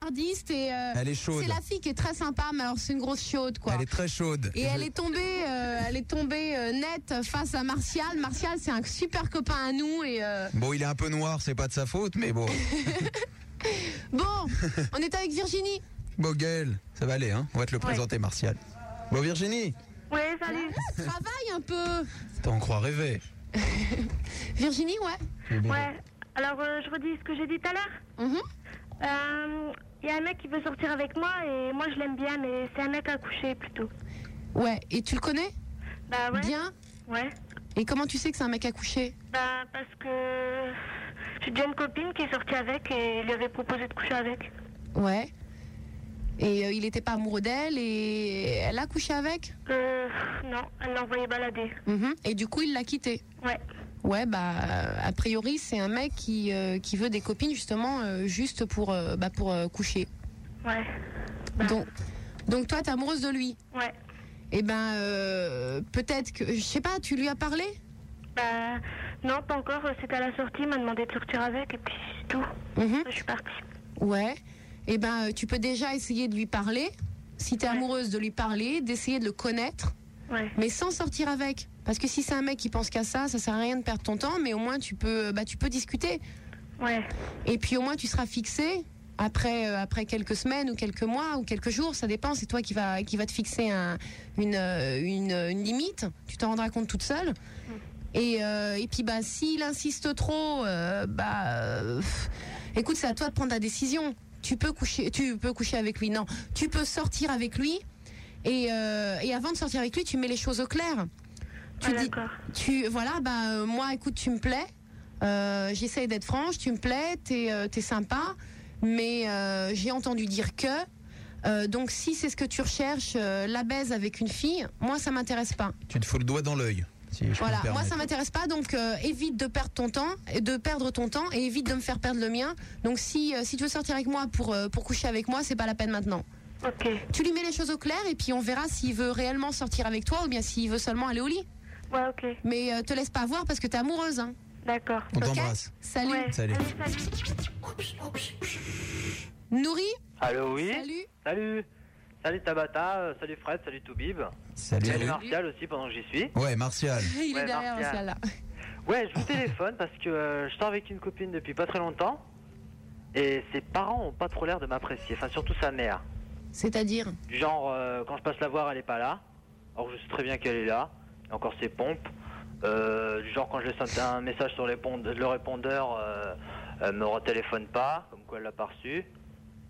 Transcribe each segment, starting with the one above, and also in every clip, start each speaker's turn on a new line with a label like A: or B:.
A: avant-gardiste et euh,
B: Elle est chaude.
A: c'est la fille qui est très sympa, mais alors c'est une grosse chaude quoi.
B: Elle est très chaude.
A: Et elle est tombée, euh, elle est tombée euh, nette face à Martial. Martial, c'est un super copain à nous et euh,
B: Bon, il est un peu noir, c'est pas de sa faute, mais bon.
A: bon, on est avec Virginie.
B: Bon, Gaël, ça va aller, hein On va te le présenter, Martial. Bon, Virginie,
C: Ouais, salut.
A: Travaille Ah, un peu,
B: t'en crois rêver.
A: Virginie, ouais.
C: Ouais. Alors, euh, je redis ce que j'ai dit tout à l'heure.
A: Mhm.
C: Euh, Il y a un mec qui veut sortir avec moi et moi je l'aime bien, mais c'est un mec à coucher plutôt.
A: Ouais. Et tu le connais
C: Bah ouais.
A: bien
C: Ouais.
A: Et comment tu sais que c'est un mec à coucher
C: Bah parce que j'ai déjà une copine qui est sortie avec et il lui avait proposé de coucher avec.
A: Ouais. Et euh, il était pas amoureux d'elle et elle a couché avec.
C: Euh, non, elle l'a envoyé balader.
A: Mhm. Et du coup, il l'a quitté.
C: Ouais.
A: Ouais, bah, euh, a priori, c'est un mec qui, euh, qui veut des copines, justement, euh, juste pour, euh, bah, pour euh, coucher.
C: Ouais. Bah.
A: Donc, donc toi, t'es amoureuse de lui.
C: Ouais.
A: Eh ben, euh, peut-être que. Je sais pas, tu lui as parlé
C: Bah non, pas encore. C'était à la sortie, il m'a demandé de sortir avec et puis c'est tout.
A: Mhm.
C: Je suis partie.
A: Ouais. Eh ben, euh, tu peux déjà essayer de lui parler. Si t'es
C: Ouais.
A: amoureuse de lui parler, d'essayer de le connaître,
C: Ouais.
A: mais sans sortir avec. Parce que si c'est un mec qui pense qu'à ça, ça sert à rien de perdre ton temps, mais au moins tu peux, euh, bah, tu peux discuter.
C: Ouais.
A: Et puis au moins tu seras fixé après, euh, après quelques semaines ou quelques mois ou quelques jours, ça dépend, c'est toi qui va, qui va te fixer un- une, euh, une, euh, une limite, tu t'en rendras compte toute seule.
C: Mm.
A: Et, euh, et puis bah s'il insiste trop, euh, bah euh, pff, écoute c'est à toi de prendre ta décision. Tu peux coucher, tu peux coucher avec lui, non, tu peux sortir avec lui. Et, euh, et avant de sortir avec lui, tu mets les choses au clair. Tu
C: Ouais,
A: dis,
C: d'accord.
A: tu voilà bah euh, moi écoute tu me plais euh, j'essaye d'être franche tu me plais t'es euh, t'es sympa mais euh, j'ai entendu dire que euh, donc si c'est ce que tu recherches euh, la baise avec une fille moi ça m'intéresse pas
B: Tu te fous le doigt dans l'œil. Si je
A: voilà moi ça m'intéresse pas donc euh, évite de perdre ton temps et de perdre ton temps et évite de me faire perdre le mien donc si euh, si tu veux sortir avec moi pour euh, pour coucher avec moi c'est pas la peine maintenant
C: Ok.
A: tu lui mets les choses au clair et puis on verra s'il veut réellement sortir avec toi ou bien s'il veut seulement aller au lit
C: Ouais, ok.
A: mais euh, te laisse pas voir parce que t'es amoureuse hein.
C: D'accord.
B: On
A: Ok
B: t'embrasse.
A: Salut.
C: Ouais.
B: Salut.
C: Allez, salut.
A: Nourri,
D: Allô, oui
A: salut.
D: Salut Salut Tabata, euh, salut Fred, salut Toubib.
B: Salut.
D: Salut Martial aussi pendant que j'y suis.
B: Ouais, Martial.
A: Il est
D: Ouais,
A: derrière
D: Martial.
A: celle-là.
D: Ouais, je vous téléphone parce que euh, je sors avec une copine depuis pas très longtemps. Et ses parents ont pas trop l'air de m'apprécier, enfin surtout sa mère.
A: C'est-à-dire
D: Du genre, euh, quand je passe la voir, elle est pas là. Or, je sais très bien qu'elle est là. Et encore ses pompes. Euh, du genre, quand je laisse un, un message sur les pond- le répondeur, euh, elle me retéléphone pas, comme quoi elle l'a pas reçu.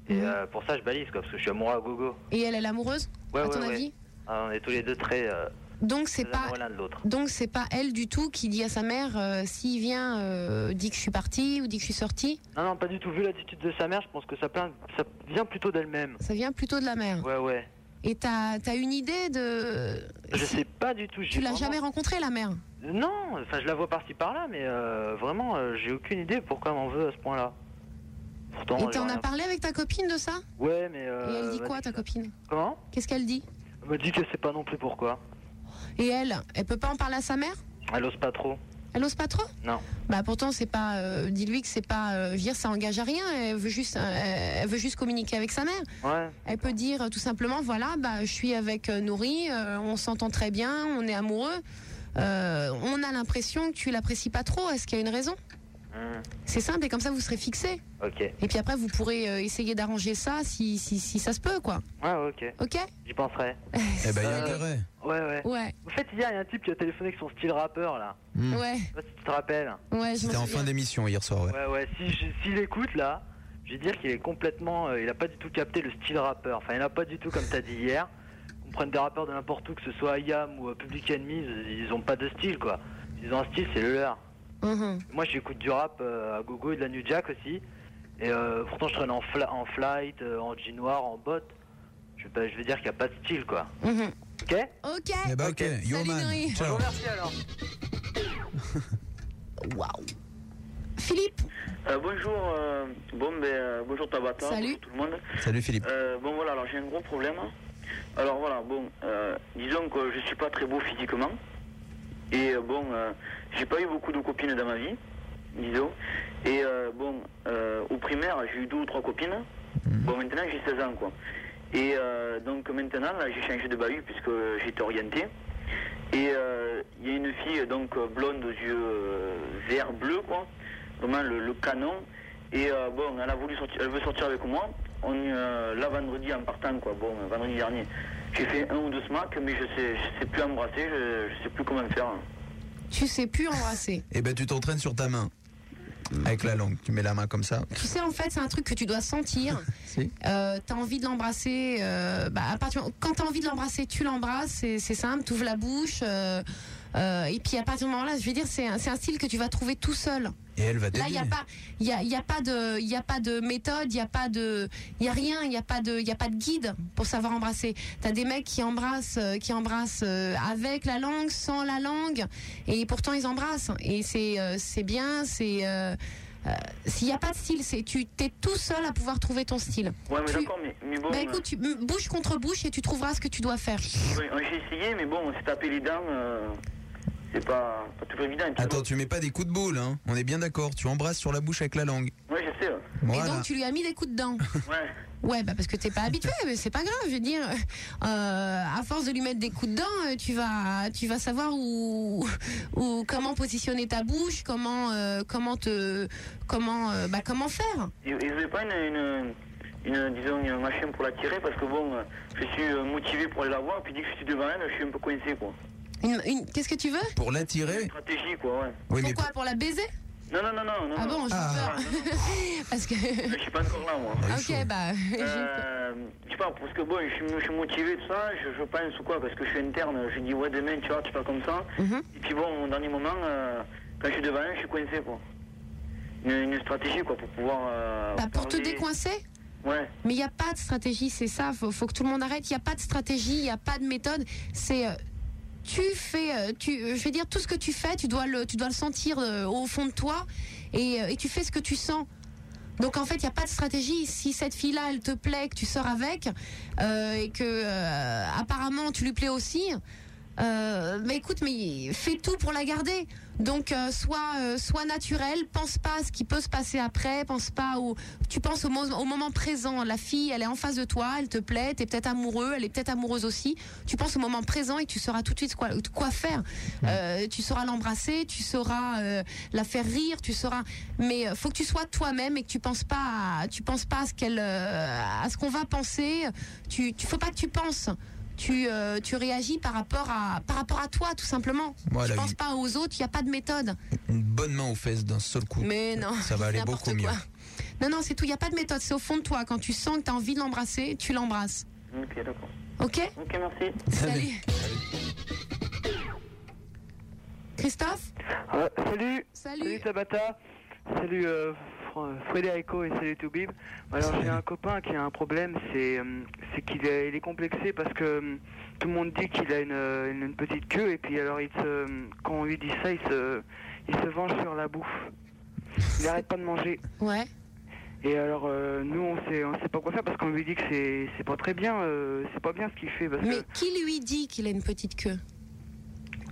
D: Et
A: Mhm.
D: euh, pour ça, je balise, quoi, parce que je suis amoureux à gogo.
A: Et elle, elle est amoureuse
D: Ouais,
A: À
D: ouais,
A: ton
D: ouais.
A: avis
D: Ah, on est tous les deux très, euh,
A: Donc c'est
D: très
A: pas
D: amoureux l'un de l'autre.
A: donc c'est pas elle du tout qui dit à sa mère euh, s'il vient euh, dit que je suis partie ou dit que je suis sortie.
D: Non, non, pas du tout. Vu l'attitude de sa mère, je pense que ça, plaint- ça vient plutôt d'elle-même.
A: Ça vient plutôt de la mère.
D: Ouais, ouais.
A: Et t'as as une idée de
D: Je
A: si-
D: sais pas du tout. j'ai
A: Euh, Tu l'as
D: vraiment-
A: jamais rencontrée la mère
D: Non, enfin, je la vois par-ci par-là, mais euh, vraiment, euh, j'ai aucune idée pourquoi elle m'en veut à ce point-là. Pourtant,
A: Et
D: j'ai
A: t'en
D: rien
A: as parlé avec ta copine de ça
D: Ouais, mais. Euh,
A: Et elle dit quoi
D: vas-y,
A: ta
D: ça-
A: copine
D: Comment
A: Qu'est-ce qu'elle dit
D: Elle me dit que c'est pas non plus pourquoi.
A: Et elle, elle peut pas en parler à sa mère
D: Elle ose pas trop.
A: Elle ose pas trop
D: Non.
A: Bah pourtant c'est pas. euh, Dis-lui que c'est pas. euh, je veux dire ça engage à rien. Elle veut juste. euh, elle veut juste communiquer avec sa mère.
D: Ouais.
A: Elle peut dire euh, tout simplement voilà bah je suis avec euh, Nourri. euh, on s'entend très bien. On est amoureux. euh, on a l'impression que tu l'apprécies pas trop. Est-ce qu'il y a une raison
C: euh,
D: Hum,
A: C'est simple et comme ça vous serez fixé.
D: Ok. Ouais,
A: Et puis après vous pourrez euh, essayer d'arranger ça si, si si ça se peut quoi.
D: Ah, ok.
A: Ok
D: J'y penserai.
B: Eh ben, il y a
D: Euh,
B: intérêt.
D: Ouais, ouais.
A: Ouais
D: En fait, hier, il y a un type qui a téléphoné avec son style rappeur, là.
B: Hmm.
A: ouais
D: Je sais pas si tu te rappelles.
A: ouais. Je m'en
B: C'était en
A: souviens.
B: fin d'émission hier soir, ouais.
D: Ouais, ouais. Si je- S'il écoute, là, je vais dire qu'il est complètement. euh, il a pas du tout capté le style rappeur. Enfin, il a pas du tout, comme t'as dit hier. On prenne des rappeurs de n'importe où, que ce soit IAM ou euh, Public Enemy, ils ils ont pas de style, quoi. Ils ont un style, c'est le leur.
A: Mhm.
D: Moi, j'écoute du rap euh, à gogo et de la New Jack aussi. Et euh, pourtant, je traîne en, fla- en flight, euh, en jean noir, en bot. Je, vais pas- je veux dire qu'il n'y a pas de style, quoi.
A: Mhm.
D: Ok
A: Ok.
B: Eh ben,
D: Ok.
B: ok, yo
A: Salut,
B: man.
A: Nourri.
D: Je vous
B: Ciao.
D: remercie alors.
A: Waouh. Philippe.
E: Euh, bonjour, euh, bon, ben, euh, bonjour Tabata,
A: Salut.
E: bonjour tout le monde.
B: Salut Philippe.
E: Euh, bon voilà, alors j'ai un gros problème. Alors voilà, bon, euh, disons que je suis pas très beau physiquement. Et euh, bon, euh, j'ai pas eu beaucoup de copines dans ma vie, disons. Et euh, bon, euh, au primaire, j'ai eu deux ou trois copines.
B: Mhm.
E: Bon, maintenant, j'ai 16 ans, quoi. Et euh, donc, maintenant, là, j'ai changé de bahut puisque j'étais orienté. Et euh, il y a une fille, donc, euh, blonde aux yeux euh, vert bleu, quoi. Vraiment le, le canon. Et euh, bon, elle a voulu sortir, elle veut sortir avec moi. On, euh, là, vendredi, en partant, quoi. Bon, vendredi dernier, j'ai fait un ou deux smacks, mais je sais, je sais plus embrasser, je, je sais plus comment faire.
A: Tu sais plus embrasser.
B: Eh ben, tu t'entraînes sur ta main. Avec la langue. Tu mets la main comme ça.
A: Tu sais, en fait, c'est un truc que tu dois sentir.
B: Si.
A: Euh, t'as envie de l'embrasser. euh, bah, à partir quand t'as envie de l'embrasser, tu l'embrasses. C'est, c'est simple. T'ouvres la bouche. euh, euh, et puis à partir du moment-là, je veux dire, c'est un, c'est un style que tu vas trouver tout seul.
B: Et elle va
A: Là, il
B: deviner.
A: n'y a pas, il y a, y a pas de, il y a pas de méthode, il y a pas de, il y a rien, il y a pas de, il y a pas de guide pour savoir embrasser. T'as des mecs qui embrassent, euh, qui embrassent euh, avec la langue, sans la langue, et pourtant ils embrassent. Et c'est, euh, c'est bien, c'est. euh, euh, S'il n'y a pas de style, c'est tu t'es tout seul à pouvoir trouver ton style.
E: Ouais, mais
A: Tu-
E: d'accord, mais, mais bon.
A: Bah écoute, tu, m- bouche contre bouche et tu trouveras ce que tu dois faire.
E: euh, ouais, j'ai essayé, mais bon, on s'est tapé les dents. euh, c'est pas, pas toujours évident. Et puis,
B: Attends, tu mets pas des coups de boule, hein. On est bien d'accord. Tu embrasses sur la bouche avec la langue.
E: bon, Ouais, je sais.
A: Et
B: Voilà.
A: donc tu lui as mis des coups de dents.
E: Ouais.
A: Ouais, bah parce que t'es pas habitué, mais c'est pas grave. Je veux dire, euh, à force de lui mettre des coups de dents, euh, tu vas, tu vas savoir où, où comment positionner ta bouche, comment, euh, comment te, comment, euh, bah comment faire.
E: Et et vous n'avez pas une, une, une, disons, un machin pour la tirer parce que bon, euh, je suis euh, motivé pour aller la voir, puis dès que je suis devant elle, je suis un peu coincé quoi.
A: Une, une- qu'est-ce que tu veux
B: Pour
E: Une
B: l'attirer.
E: stratégie quoi, ouais.
B: Oui, mais
A: Pourquoi Pour la baiser
E: Non, non, non, non, non.
A: Ah bon, j'ai
B: Ah.
A: peur.
E: non, non, non,
A: Parce que,
E: je suis pas encore là moi.
B: Ah, il est chaud.
A: ok, bah, j'ai peur.
E: Euh, je sais pas, parce que bon, je suis, je suis motivé, tout ça, je, je pense ou quoi, parce que je suis interne, je dis ouais demain, tu vois, tu pars comme ça.
A: Mhm.
E: Et puis bon, au dernier moment, euh, quand je suis devant elle, je suis coincé quoi. Une, une stratégie quoi, pour pouvoir. euh,
A: Bah, pour te
E: parler.
A: décoincer.
E: Ouais.
A: Mais il n'y a pas de stratégie, c'est ça. Faut, faut que tout le monde arrête. Il n'y a pas de stratégie, il n'y a pas de méthode. C'est euh, tu fais, euh, tu, euh, je vais dire tout ce que tu fais, tu dois le, tu dois le sentir euh, au fond de toi et, euh, et tu fais ce que tu sens. Donc en fait, il n'y a pas de stratégie. Si cette fille-là, elle te plaît, que tu sors avec euh, et que euh, apparemment tu lui plais aussi. euh, mais écoute, mais fais tout pour la garder. Donc euh, sois, euh, sois naturel, pense pas à ce qui peut se passer après, pense pas au, tu penses au, mo- au moment présent. La fille, elle est en face de toi, elle te plaît, t'es peut-être amoureux, elle est peut-être amoureuse aussi. Tu penses au moment présent et tu sauras tout de suite quoi, quoi faire. Euh, tu sauras l'embrasser, tu sauras euh, la faire rire, tu sauras. Mais euh, faut que tu sois toi-même et que tu penses pas, à, tu penses pas à ce qu'elle, euh, à ce qu'on va penser. Tu, tu faut pas que tu penses. Tu, euh, tu réagis par rapport à par rapport à toi tout simplement.
B: Moi,
A: tu
B: elle a
A: penses pas aux autres, il n'y a pas de méthode.
B: une bonne main aux fesses d'un seul coup.
A: Mais non,
B: Ça va aller
A: n'importe
B: beaucoup
A: quoi.
B: mieux.
A: Non, non, c'est tout. Il n'y a pas de méthode. C'est au fond de toi. Quand tu sens que tu as envie de l'embrasser, tu l'embrasses.
E: Ok, d'accord.
A: Ok
E: Ok, merci.
A: Salut. Christophe
F: Ah, salut, salut
A: Salut.
F: Tabata, salut euh, Fr- euh, Federico et salut Toubib. Alors j'ai un copain qui a un problème, c'est euh, c'est qu'il est, il est complexé parce que euh, tout le monde dit qu'il a une, euh, une- une petite queue et puis alors il se, quand on lui dit ça, il se, il se venge sur la bouffe. Il arrête pas de manger.
A: Ouais.
F: Et alors euh, nous on sait, on sait pas quoi faire parce qu'on lui dit que c'est c'est pas très bien, euh, c'est pas bien ce qu'il fait parce
A: Mais
F: que
A: qui lui dit qu'il a une petite queue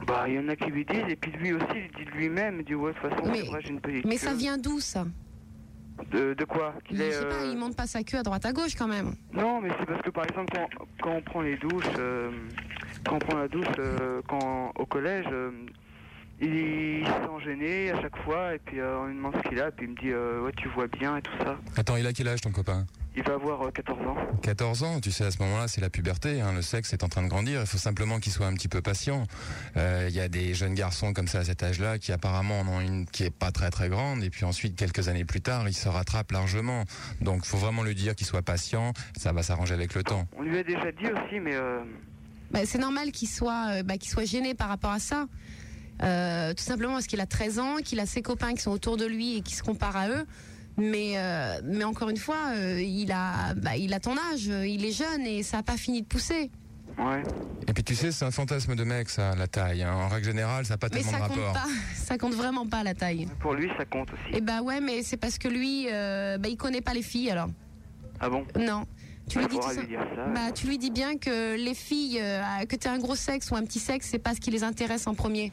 F: bah il y en a qui lui disent et puis lui aussi il dit de lui-même, il dit ouais de toute façon
A: Mais-
F: c'est vrai j'ai une petite
A: Mais
F: queue.
A: ça vient d'où ça
F: De, de quoi
A: Je
F: Qu'il est,
A: sais pas,
F: euh,
A: il monte pas sa queue à droite à gauche quand même.
F: Non, mais c'est parce que par exemple, quand, quand on prend les douches, euh, quand on prend la douche euh, quand, au collège, euh, il, se sent gêné à chaque fois, et puis euh, on lui demande ce qu'il a, et puis il me dit euh, Ouais, tu vois bien et tout ça.
G: Attends, il a quel âge ton copain
F: Il va avoir euh, 14 ans.
G: 14 ans, tu sais, à ce moment-là, c'est la puberté, hein, le sexe est en train de grandir, il faut simplement qu'il soit un petit peu patient. Euh, Il y a des jeunes garçons comme ça à cet âge-là qui apparemment en ont une qui est pas très très grande, et puis ensuite, quelques années plus tard, il se rattrape largement. Donc, faut vraiment lui dire qu'il soit patient, ça va s'arranger avec le temps.
F: On lui a déjà dit aussi, mais euh,
A: Bah, c'est normal qu'il soit, euh, bah, qu'il soit gêné par rapport à ça. Euh, tout simplement parce qu'il a 13 ans, qu'il a ses copains qui sont autour de lui et qui se comparent à eux. Mais, euh, mais encore une fois, euh, il, a, bah, il a ton âge, euh, il est jeune et ça n'a pas fini de pousser.
F: ouais.
G: Et puis, tu sais, c'est un fantasme de mec, ça, la taille. hein. En règle générale, ça n'a pas
A: Mais
G: tellement
A: ça
G: de
A: compte
G: rapport.
A: pas, ça compte vraiment pas la taille.
F: Pour lui, ça compte aussi.
A: Et bah ouais, mais c'est parce que lui, euh, bah, il connaît pas les filles alors.
F: Ah bon
A: Non. Mm. Tu lui
F: Il
A: dis tout
F: faudra
A: ça-
F: lui dire ça.
A: Bah, tu lui dis bien que les filles, euh, que tu as un gros sexe ou un petit sexe, c'est pas ce qui les intéresse en premier.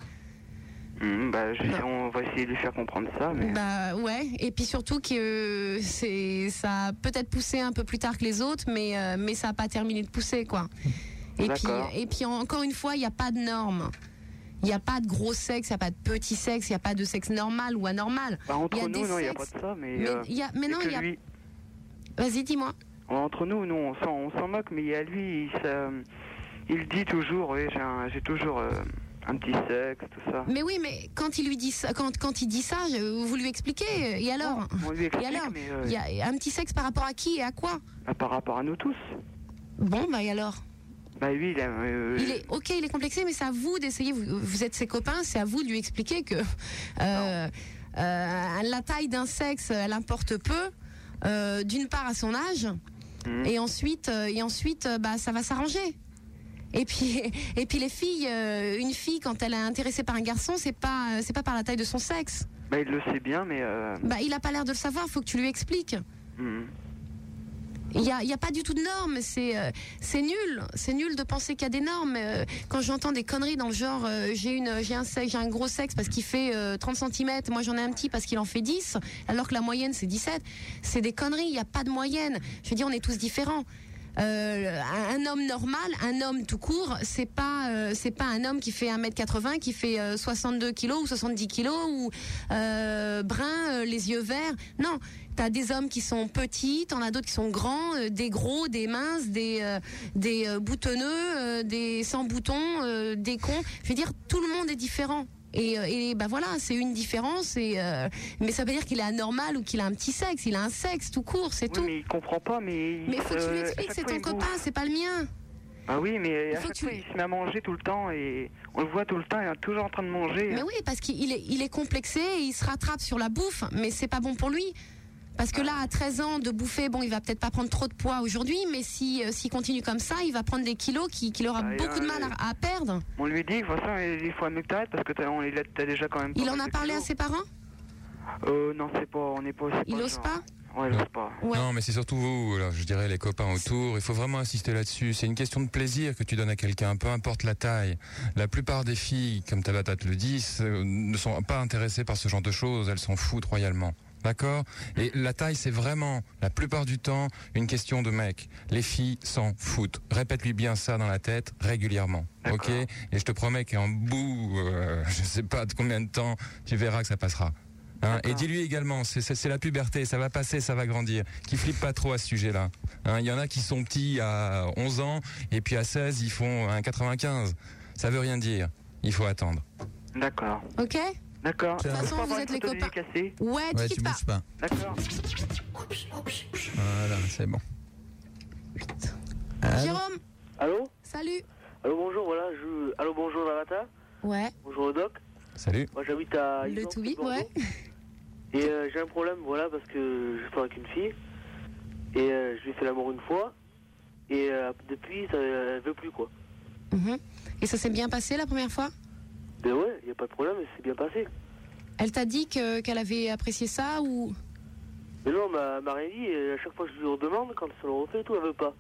F: Hum, bah, je-
A: Non.
F: on va essayer de lui faire comprendre ça, mais.
A: Bah ouais, et puis surtout que euh, c'est ça a peut-être poussé un peu plus tard que les autres, mais euh, mais ça a pas terminé de pousser quoi. Et puis
F: D'accord.
A: et puis encore une fois, il n'y a pas de normes. Il n'y a pas de gros sexe, il n'y a pas de petit sexe, il n'y a pas de sexe normal ou anormal.
F: Bah, entre
A: y a des
F: nous, non, il n'y a pas
A: sexes,
F: de ça, mais.
A: Mais,
F: euh,
A: il y a, mais
F: c'est
A: non,
F: que
A: il y a.
F: lui-
A: Vas-y, dis-moi.
F: Entre nous, nous, on s'en, on s'en moque, mais il y a lui, il, se- euh, il dit toujours, oui, j'ai, un- j'ai toujours euh, un petit sexe, tout ça.
A: Mais oui, mais quand il lui dit ça, quand, quand il dit ça, je- vous lui expliquez. Et alors
F: On lui explique,
A: alors,
F: mais euh,
A: Il y a un petit sexe par rapport à qui et à quoi
F: bah, par rapport à nous tous,
A: Bon, bah et alors
F: bah lui, il a, euh,
A: Il est ok, il est complexé, mais c'est à vous d'essayer. Vous, vous êtes ses copains, c'est à vous de lui expliquer que euh, euh, la taille d'un sexe, elle importe peu. euh, d'une part à son âge
F: Mhm.
A: et ensuite euh, et ensuite euh, bah ça va s'arranger et puis et puis les filles euh, une fille quand elle est intéressée par un garçon c'est pas euh, c'est pas par la taille de son sexe
F: bah, il le sait bien, mais euh,
A: bah il a pas l'air de le savoir faut que tu lui expliques
F: hmm.
A: il n'y a, il y a pas du tout de normes, c'est euh, c'est nul, c'est nul de penser qu'il y a des normes. Euh, quand j'entends des conneries dans le genre, euh, j'ai une, j'ai un sexe, j'ai un gros sexe parce qu'il fait euh, 30 cm, moi j'en ai un petit parce qu'il en fait 10, alors que la moyenne c'est 17. C'est des conneries, il n'y a pas de moyenne. Je veux dire, on est tous différents. Euh, un un homme normal, un homme tout court, c'est pas euh, c'est pas un homme qui fait 1m80, qui fait euh, 62 kg ou 70 kg ou euh, brun, euh, les yeux verts. Non, t'as des hommes qui sont petits, t'en as d'autres qui sont grands, euh, des gros, des minces, des euh, des euh, boutonneux, euh, des sans boutons, euh, des cons. Je veux dire, tout le monde est différent. Et, euh, et bah voilà, c'est une différence. Et euh, mais ça veut dire qu'il est anormal ou qu'il a un petit sexe. Il a un sexe tout court,
F: Oui,
A: c'est tout.
F: mais il comprend pas, mais. il
A: Mais faut que tu lui
F: se- Euh, à
A: expliques,
F: chaque
A: c'est
F: fois,
A: ton
F: il bouffe.
A: copain, c'est pas le mien.
F: Bah oui, mais
A: Il
F: à
A: faut
F: chaque
A: que tu
F: fois,
A: lui-
F: il se met à manger tout le temps, et on le voit tout le temps, il est toujours en train de manger.
A: Mais oui, parce qu'il est, il est complexé et il se rattrape sur la bouffe, mais c'est pas bon pour lui. Parce que là, à 13 ans, de bouffer, bon, il va peut-être pas prendre trop de poids aujourd'hui, mais si, euh, s'il continue comme ça, il va prendre des kilos qui- qu'il aura
F: Ah, et
A: beaucoup de
F: là,
A: mal à, à perdre.
F: On lui dit, de toute façon, il faut mieux que t'arrêtes, parce que t'as, on, est- t'as déjà quand même.
A: Il
F: pas
A: en
F: mal
A: a
F: de
A: parlé à
F: kilos.
A: ses parents
F: Euh, non, c'est pas, on n'est pas c'est
A: Il
F: le
A: n'ose
F: genre.
A: pas
F: Ouais, il ose pas.
A: Ouais.
G: Non, mais c'est surtout vous, là, je dirais les copains autour. Il faut vraiment insister là-dessus. C'est une question de plaisir que tu donnes à quelqu'un, peu importe la taille. La plupart des filles, comme Tabata te le dit, se- ne sont pas intéressées par ce genre de choses. Elles s'en foutent royalement. D'accord Et la taille, c'est vraiment, la plupart du temps, une question de mec. Les filles s'en foutent. Répète-lui bien ça dans la tête régulièrement.
F: D'accord.
G: Ok Et je te promets qu'en bout, euh, je sais pas de combien de temps, tu verras que ça passera. Hein, et
F: D'accord.
G: dis-lui également, c'est- c'est c'est la puberté, ça va passer, ça va grandir. Qui flippe pas trop à ce sujet-là. Hein, Il y en a qui sont petits à 11 ans et puis à 16 ils font un 95. Ça veut rien dire. Il faut attendre.
F: D'accord.
A: Ok
F: D'accord.
B: De toute
A: façon,
F: Faut
A: vous
F: avoir
A: êtes
F: une
A: les
F: photo
A: copains.
F: dédicacée.
A: Ouais, Ah, tu
B: Ouais, tu
A: quittes pas.
B: bouges pas.
F: D'accord.
B: Voilà, c'est bon.
A: Jérôme,
E: Allô
A: salut.
E: Allô, bonjour, voilà, je... Allô, bonjour, Navata.
A: Ouais,
E: Bonjour, Doc.
G: Salut.
E: Moi, j'habite à...
A: le
E: Island,
A: to be,
E: Bordeaux.
A: ouais.
E: Et euh, j'ai un problème, voilà, parce que je parle avec une fille. Et euh, je lui ai fait l'amour une fois. Et euh, depuis, ça, elle veut plus, quoi.
A: Mhm. Et ça s'est bien passé la première fois
E: Mais Ben ouais, y a pas de problème, c'est bien passé.
A: Elle t'a dit que- qu'elle avait apprécié ça ou.
E: Mais non, ma, ma rien dit, et à chaque fois que je lui redemande, quand ça le refait et tout, elle veut pas.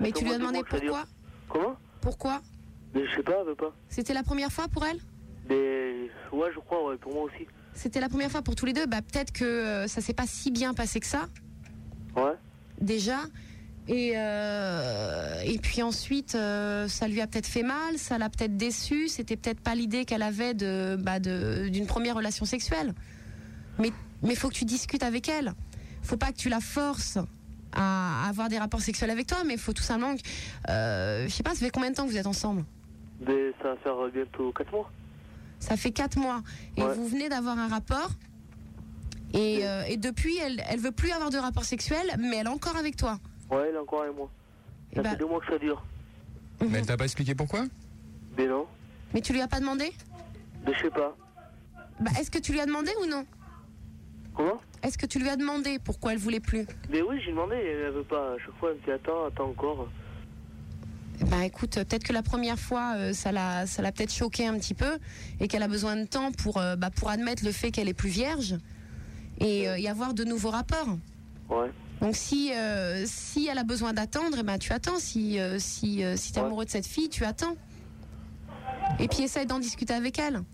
A: Mais tu lui as
E: commence
A: demandé
E: de moi,
A: pourquoi
E: Comment
A: Pourquoi
E: Mais je sais pas, elle veut pas.
A: C'était la première fois pour elle
E: Mais ouais, je crois, ouais, pour moi aussi.
A: C'était la première fois pour tous les deux. Bah, peut-être que euh, ça s'est pas si bien passé que ça,
E: Ouais.
A: déjà. Et, euh, et puis ensuite, euh, ça lui a peut-être fait mal, ça l'a peut-être déçu. C'était peut-être pas l'idée qu'elle avait de, bah, de- d'une première relation sexuelle. Mais mais faut que tu discutes avec elle. Faut pas que tu la forces à avoir des rapports sexuels avec toi, mais faut tout simplement que. euh, je sais pas, ça fait combien de temps que vous êtes ensemble
E: Mais ça va faire euh, bientôt 4 mois.
A: Ça fait 4 mois. Et
E: Ouais.
A: vous venez d'avoir un rapport. Et, euh, et depuis, elle, elle veut plus avoir de rapport sexuel, mais elle est encore avec toi.
E: Ouais, elle a encore un mois.
A: Et
E: Ça
A: bah,
E: fait 2 mois que ça dure.
A: mhm.
G: Mais elle t'a pas expliqué pourquoi
E: Mais non,
A: Mais tu lui as pas demandé
E: mais je sais pas.
A: bah, Est-ce que tu lui as demandé ou non
E: Comment
A: Est-ce que tu lui as demandé pourquoi elle voulait plus
E: Mais oui, j'ai demandé, elle veut pas. À chaque fois, elle me dit attends, attends encore.
A: Bah écoute, euh, peut-être que la première fois, euh, ça l'a, ça l'a peut-être choqué un petit peu et qu'elle a besoin de temps pour, euh, bah, pour admettre le fait qu'elle est plus vierge et, euh, y avoir de nouveaux rapports.
E: Ouais.
A: Donc si, euh, si elle a besoin d'attendre, eh ben, tu attends. Si, euh, si, euh, si tu es
E: Ouais.
A: amoureux de cette fille, tu attends. Et puis essaye d'en discuter avec elle.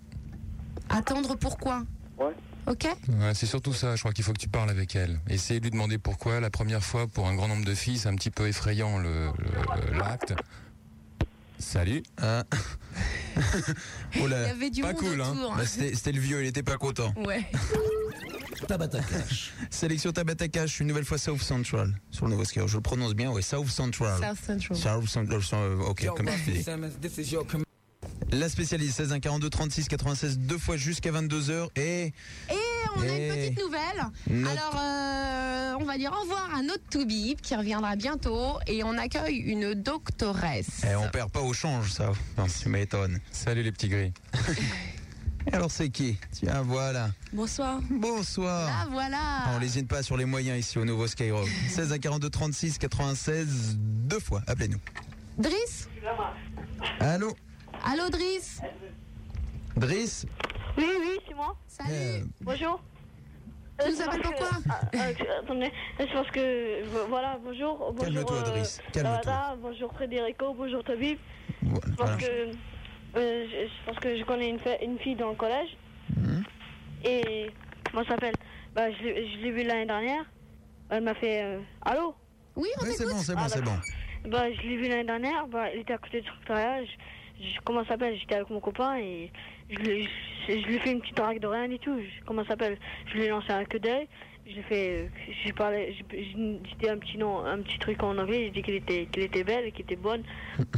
A: Attendre pourquoi
E: Ouais.
A: Ok
G: Ouais, c'est surtout ça, je crois qu'il faut que tu parles avec elle. Essaye de lui demander pourquoi. La première fois, pour un grand nombre de filles, c'est un petit peu effrayant le- le- l'acte. Salut.
B: Ah. oh
A: Il y
B: là,
A: avait du
B: pas
A: monde
B: cool, hein.
A: autour.
B: Bah, C'était c'était le vieux, il était pas content.
A: Ouais.
D: Tabata Cash.
B: Sélection Tabata Cash, une nouvelle fois South Central. Sur le nouveau skieur, je le prononce bien, ouais, South Central.
A: South Central.
B: South Central, euh, ok,
D: Yo,
B: comme tu
D: Ruffy
B: dis.
D: Simmons, this is your comm-
B: La spécialiste, 16 1 42 36 96, deux fois jusqu'à 22h. Et
A: Et on a une
B: Et-
A: petite nouvelle.
B: notre-
A: Alors, euh, on va dire au revoir à notre Toubib qui reviendra bientôt et on accueille une doctoresse.
B: Eh, on perd pas au change, ça. Non, tu m'étonnes.
G: Salut les petits gris.
B: Et Alors, c'est qui Tiens, voilà.
H: Bonsoir.
B: Bonsoir.
A: Là,
B: Ah,
A: voilà.
B: on lésine pas sur les moyens ici au nouveau Skyrock. 16 à 42 36 96 deux fois. Appelez-nous.
A: Driss
B: Allô,
A: Allô, Driss
B: Driss.
C: Oui, oui, c'est moi.
A: Salut.
B: Euh,
C: Bonjour.
A: Tu
C: Euh,
A: nous
C: c'est
A: appelles
C: parce que-
A: pourquoi
C: Ah, ah, je- Attendez, c'est parce que vo- voilà, bonjour. bonjour,
B: Calme-toi,
C: euh,
B: Driss. Calme-toi.
C: Tabata, bonjour Frédérico, bonjour Toby.
B: Voilà.
C: Je pense que euh, je, je pense que je connais une, fe- une fille dans le collège.
B: Mhm.
C: Et moi, s'appelle. Bah, je, l'ai- je l'ai vue l'année dernière. Elle m'a fait euh, allô.
A: Oui, on
B: Oui, c'est
A: t'écoute.
B: bon, c'est bon,
C: Ah,
B: c'est bon.
C: Bah, je l'ai vue l'année dernière. Bah, elle était à côté du secrétariat. Je, je- comment ça s'appelle J'étais avec mon copain et je, lui- je- je lui ai fait une petite drague de rien du tout. Je- comment ça s'appelle Je lui ai lancé un queue d'œil. Je lui ai fait. euh, Je parlais. je- je- J'étais un petit nom, un petit truc en anglais. J'ai dit qu'elle était, qu'elle était belle, et qu'elle était bonne.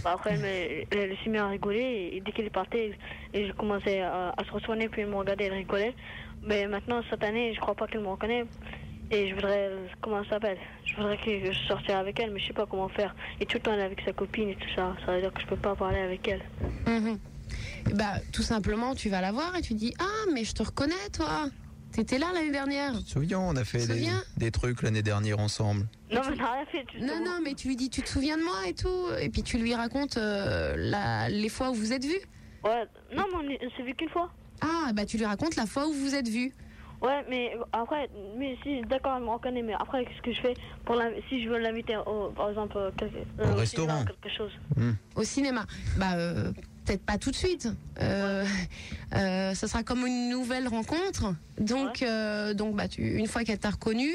C: Bah, après, elle, m'a- elle, elle s'est mise à rigoler et, et dès qu'elle partait, et je commençais à, à se retourner puis elle me regardait, elle rigolait. Mais maintenant, cette année, je crois pas qu'elle me reconnaît. Et je voudrais, comment ça s'appelle Je voudrais que je sorte avec elle, mais je sais pas comment faire. Et tout le temps, elle est avec sa copine et tout ça. Ça veut dire que je peux pas parler avec elle.
A: Mhm. Bah, tout simplement, tu vas la voir et tu dis Ah, mais je te reconnais, toi. T'étais là l'année dernière.
B: Tu te souviens, on a fait
A: Tu te
B: des,
A: souviens
B: des trucs l'année dernière ensemble.
C: Non, mais n'a rien fait. justement.
A: Non, non, mais tu lui dis Tu te souviens de moi et tout. Et puis tu lui racontes euh, la- les fois où vous êtes vus.
C: Ouais, non, mais on est- on s'est vu qu'une fois.
A: Ah, bah, tu lui racontes la fois où vous êtes vus.
C: Ouais, mais après, mais si, d'accord, elle me reconnaît, mais après, qu'est-ce que je fais pour la, si je veux l'inviter, au- par exemple, euh, quelque, euh, au
B: restaurant.
C: cinéma, quelque chose
A: au cinéma Bah, euh, peut-être pas tout de suite. Euh, euh, ça sera comme une nouvelle rencontre. Donc, euh, donc bah, tu, une fois qu'elle t'a reconnu,